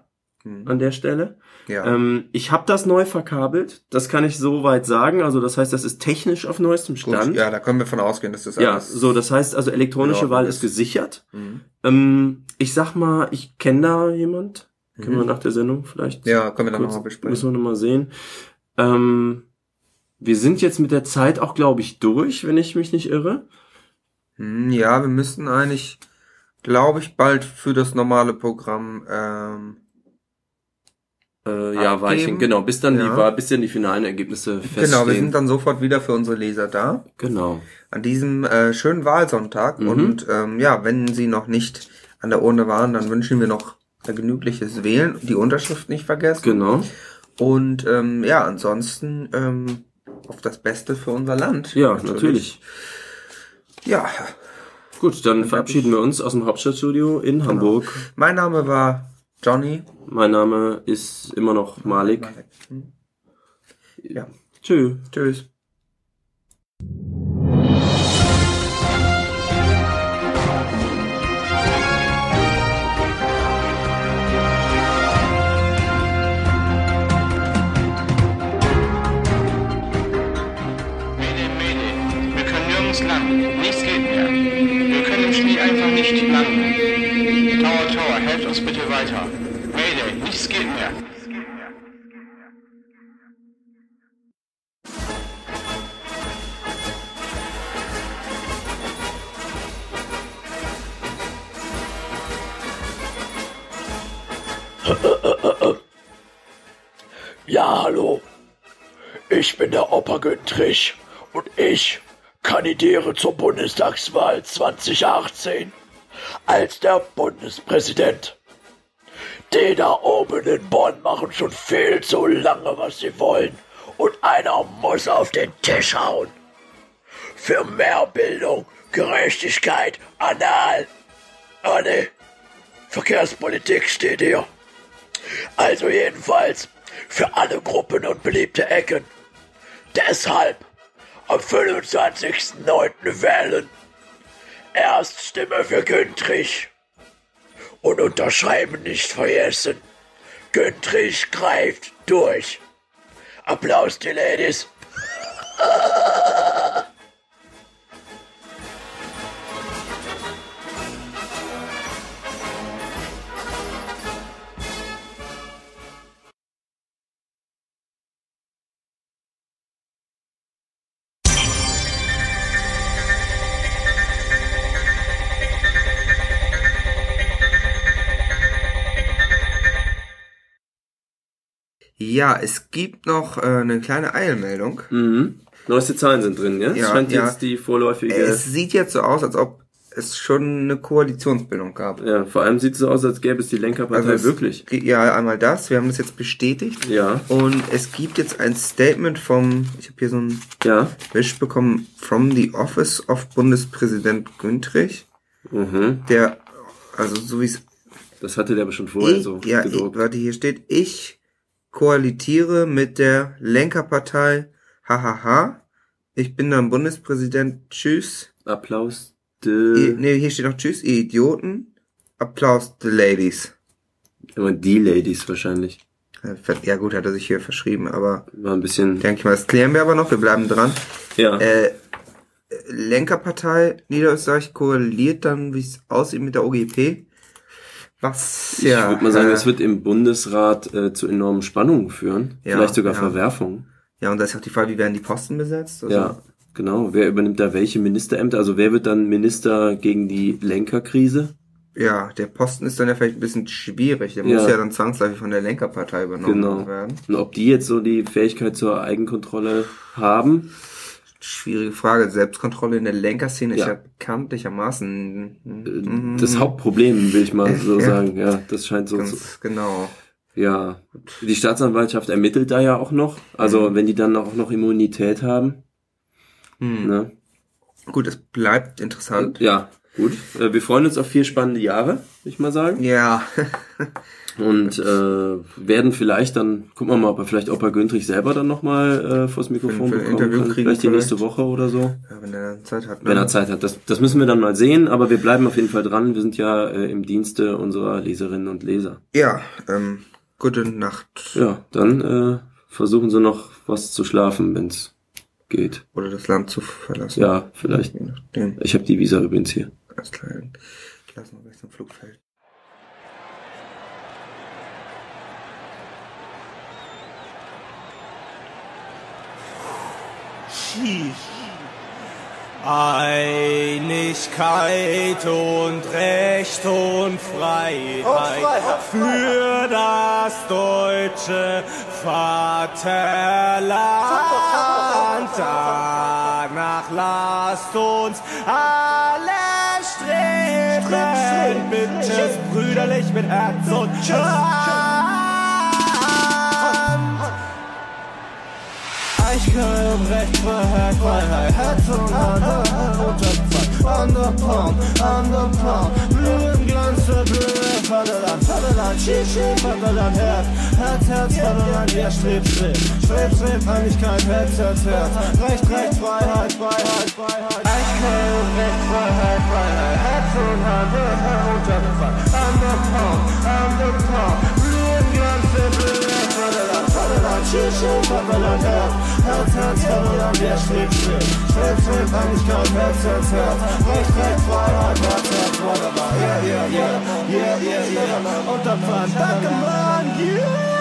Speaker 4: an der Stelle.
Speaker 3: Mhm. Ja.
Speaker 4: Ähm, ich habe das neu verkabelt. Das kann ich soweit sagen. Also das heißt, das ist technisch auf neuestem Stand.
Speaker 3: Gut, ja, Genau. da können wir von ausgehen, dass das
Speaker 4: Ja,
Speaker 3: alles-
Speaker 4: so, das heißt also elektronische
Speaker 3: in Ordnung
Speaker 4: Wahl
Speaker 3: ist.
Speaker 4: ist gesichert.
Speaker 3: Mhm.
Speaker 4: Ähm, ich sag mal, ich kenne da jemand. Können wir
Speaker 3: Mhm.
Speaker 4: nach der Sendung vielleicht
Speaker 3: Ja, können wir dann
Speaker 4: kurz,
Speaker 3: nochmal
Speaker 4: müssen
Speaker 3: besprechen.
Speaker 4: wir nochmal sehen. Ähm, wir sind jetzt mit der Zeit auch, glaube ich, durch, wenn ich mich nicht irre.
Speaker 3: Hm, Ja, wir müssten eigentlich, glaube ich, bald für das normale Programm, ähm,
Speaker 4: Äh, ja,
Speaker 3: Abgeben.
Speaker 4: Weichen, genau. Bis dann
Speaker 3: Ja.
Speaker 4: die, war, bis dann die finalen Ergebnisse feststehen.
Speaker 3: genau, wir sind dann sofort wieder für unsere Leser da.
Speaker 4: genau.
Speaker 3: An diesem äh, schönen Wahlsonntag.
Speaker 4: Mhm.
Speaker 3: Und ähm, ja, wenn Sie noch nicht an der Urne waren, dann wünschen wir noch vergnügliches Wählen. Die Unterschrift nicht vergessen.
Speaker 4: Genau.
Speaker 3: Und ähm, ja, ansonsten ähm, auf das Beste für unser Land.
Speaker 4: Ja, natürlich.
Speaker 3: Ja,
Speaker 4: Gut, dann Genau. verabschieden wir uns aus dem Hauptstadtstudio in Hamburg.
Speaker 3: mein Name war Johnny.
Speaker 4: Mein Name ist immer noch Malik.
Speaker 3: Hm.
Speaker 4: Tschüss.
Speaker 3: Tschüss.
Speaker 2: Mayday, Mayday. Wir können nirgends lang. Nichts geht mehr. Wir können im Schnee einfach nicht landen. Tower, Tower, helft uns bitte weiter. Mayday, nichts geht mehr.
Speaker 1: Ja, hallo. Ich bin der Opa Güntrich und ich kandidiere zur Bundestagswahl 2018 als der Bundespräsident. Die da oben in Bonn machen schon viel zu lange, was sie wollen. Und einer muss auf den Tisch hauen. Für mehr Bildung, Gerechtigkeit, Anal. Ah, nee. Verkehrspolitik steht hier. Also jedenfalls für alle Gruppen und beliebte Ecken. Deshalb am 25.09. wählen. Erst Stimme für Güntrich. Und unterschreiben nicht vergessen. Güntrich greift durch. Applaus, die Ladies.
Speaker 3: Ja, es gibt noch äh, eine kleine Eilmeldung.
Speaker 4: Mhm. Neueste Zahlen sind drin, ja?
Speaker 3: Ja,
Speaker 4: es scheint
Speaker 3: ja.
Speaker 4: jetzt die vorläufige.
Speaker 3: Es sieht jetzt so aus, als ob es schon eine Koalitionsbildung gab.
Speaker 4: ja, vor allem sieht es so aus, als gäbe Also es die Lenkerpartei
Speaker 3: es
Speaker 4: wirklich.
Speaker 3: ge- Ja, einmal das. Wir haben das jetzt bestätigt.
Speaker 4: Ja.
Speaker 3: Und es gibt jetzt ein Statement vom, ich habe hier so ein
Speaker 4: Ja.
Speaker 3: Wisch bekommen, from the Office of Bundespräsident Güntrich,
Speaker 4: Mhm.
Speaker 3: der, also so wie es
Speaker 4: Das hatte der aber schon vorher
Speaker 3: Ich-
Speaker 4: so
Speaker 3: ja, ich,
Speaker 4: Oh, also gedruckt.
Speaker 3: warte, hier steht, ich koalitiere mit der Lenkerpartei, hahaha, ich bin dann Bundespräsident, tschüss,
Speaker 4: Applaus.
Speaker 3: ihr,
Speaker 4: De,
Speaker 3: nee, hier steht noch tschüss, ihr Idioten, Applaus, the ladies.
Speaker 4: Immer die Ladies wahrscheinlich.
Speaker 3: Äh, ver- Ja gut, hat er sich hier verschrieben, aber
Speaker 4: War ein bisschen.
Speaker 3: denke ich mal, das klären wir aber noch, wir bleiben dran.
Speaker 4: Ja.
Speaker 3: Äh, Lenkerpartei Niederösterreich koaliert dann, wie es aussieht, mit der OGP. Was, ja.
Speaker 4: ich würde mal sagen,
Speaker 3: äh,
Speaker 4: das wird im Bundesrat äh, zu enormen Spannungen führen.
Speaker 3: Ja,
Speaker 4: Vielleicht sogar
Speaker 3: ja.
Speaker 4: Verwerfungen.
Speaker 3: Ja, und da ist auch die Frage, wie werden die Posten besetzt? Also,
Speaker 4: Ja, genau. Wer übernimmt da welche Ministerämter? Also wer wird dann Minister gegen die Lenkerkrise?
Speaker 3: Ja, der Posten ist dann ja vielleicht ein bisschen schwierig. Der
Speaker 4: Ja.
Speaker 3: muss ja dann zwangsläufig von der Lenkerpartei übernommen
Speaker 4: Genau.
Speaker 3: werden.
Speaker 4: Und ob die jetzt so die Fähigkeit zur Eigenkontrolle haben?
Speaker 3: Schwierige Frage. Selbstkontrolle in der Lenkerszene ist
Speaker 4: Ja. Äh,
Speaker 3: ja bekanntlichermaßen mhm.
Speaker 4: Das Hauptproblem, will ich mal so
Speaker 3: Ja.
Speaker 4: sagen. Ja, das scheint so zu,
Speaker 3: ganz genau.
Speaker 4: Ja, die Staatsanwaltschaft ermittelt da ja auch noch. Also
Speaker 3: Mhm.
Speaker 4: wenn die dann auch noch Immunität haben.
Speaker 3: Hm.
Speaker 4: Ne?
Speaker 3: Gut, es bleibt interessant.
Speaker 4: Ja, gut. Äh, Wir freuen uns auf vier spannende Jahre, würde ich mal sagen.
Speaker 3: Ja,
Speaker 4: Und äh, werden vielleicht dann, gucken wir mal, ob er vielleicht Opa Güntrich selber dann nochmal äh, vors Mikrofon
Speaker 3: Für- für ein
Speaker 4: bekommen
Speaker 3: Interview
Speaker 4: kann.
Speaker 3: kriegen
Speaker 4: Vielleicht die
Speaker 3: vielleicht.
Speaker 4: nächste Woche oder so,
Speaker 3: Ja, wenn er dann Zeit hat. ne?
Speaker 4: wenn er Zeit hat. Das, das müssen wir dann mal sehen, aber wir bleiben auf jeden Fall dran. Wir sind ja äh, im Dienste unserer Leserinnen und Leser.
Speaker 3: Ja, ähm, Gute Nacht.
Speaker 4: Ja, dann äh, versuchen sie noch was zu schlafen, wenn's geht.
Speaker 3: Oder das Land zu verlassen.
Speaker 4: Ja, vielleicht.
Speaker 3: Je nachdem.
Speaker 4: Ich habe die Visa übrigens hier.
Speaker 3: Alles klar. Ich lasse noch gleich zum Flugfeld.
Speaker 7: Einigkeit und Recht und Freiheit, für das deutsche Vaterland. Danach lasst uns alle streben, bitte brüderlich mit Herz und Hand. Ich kann um Recht, Freiheit, Freiheit, Herz und Hand, Unterzeit, Underpound, Underpound, Blütenglanz für Blühe, Vaterland, Vaterland, Shishi, Vaterland, Herz, Herz, Herz, Vaterland, ja, streb, streb, streb, streb, Einigkeit, Herz, Herz, Herz, Recht, Recht, Freiheit, Freiheit, Freiheit, ich kann um Recht, Freiheit, Freiheit, Herz und Hand, Unterzeit, Underpound, Underpound, Blütenglanz für Blühe, Vaterland, Vaterland, Shishi, Vaterland, Herz, Herz, Herz, Vaterland, ja, streb, streb, streb, streb, Einigkeit, Herz, Herz, Herz, Recht, Recht, Freiheit, Herz, Herz, Vaterland, ja, ja, ja, ja, ja, ja, und dann Mann, danke, Mann, yeah!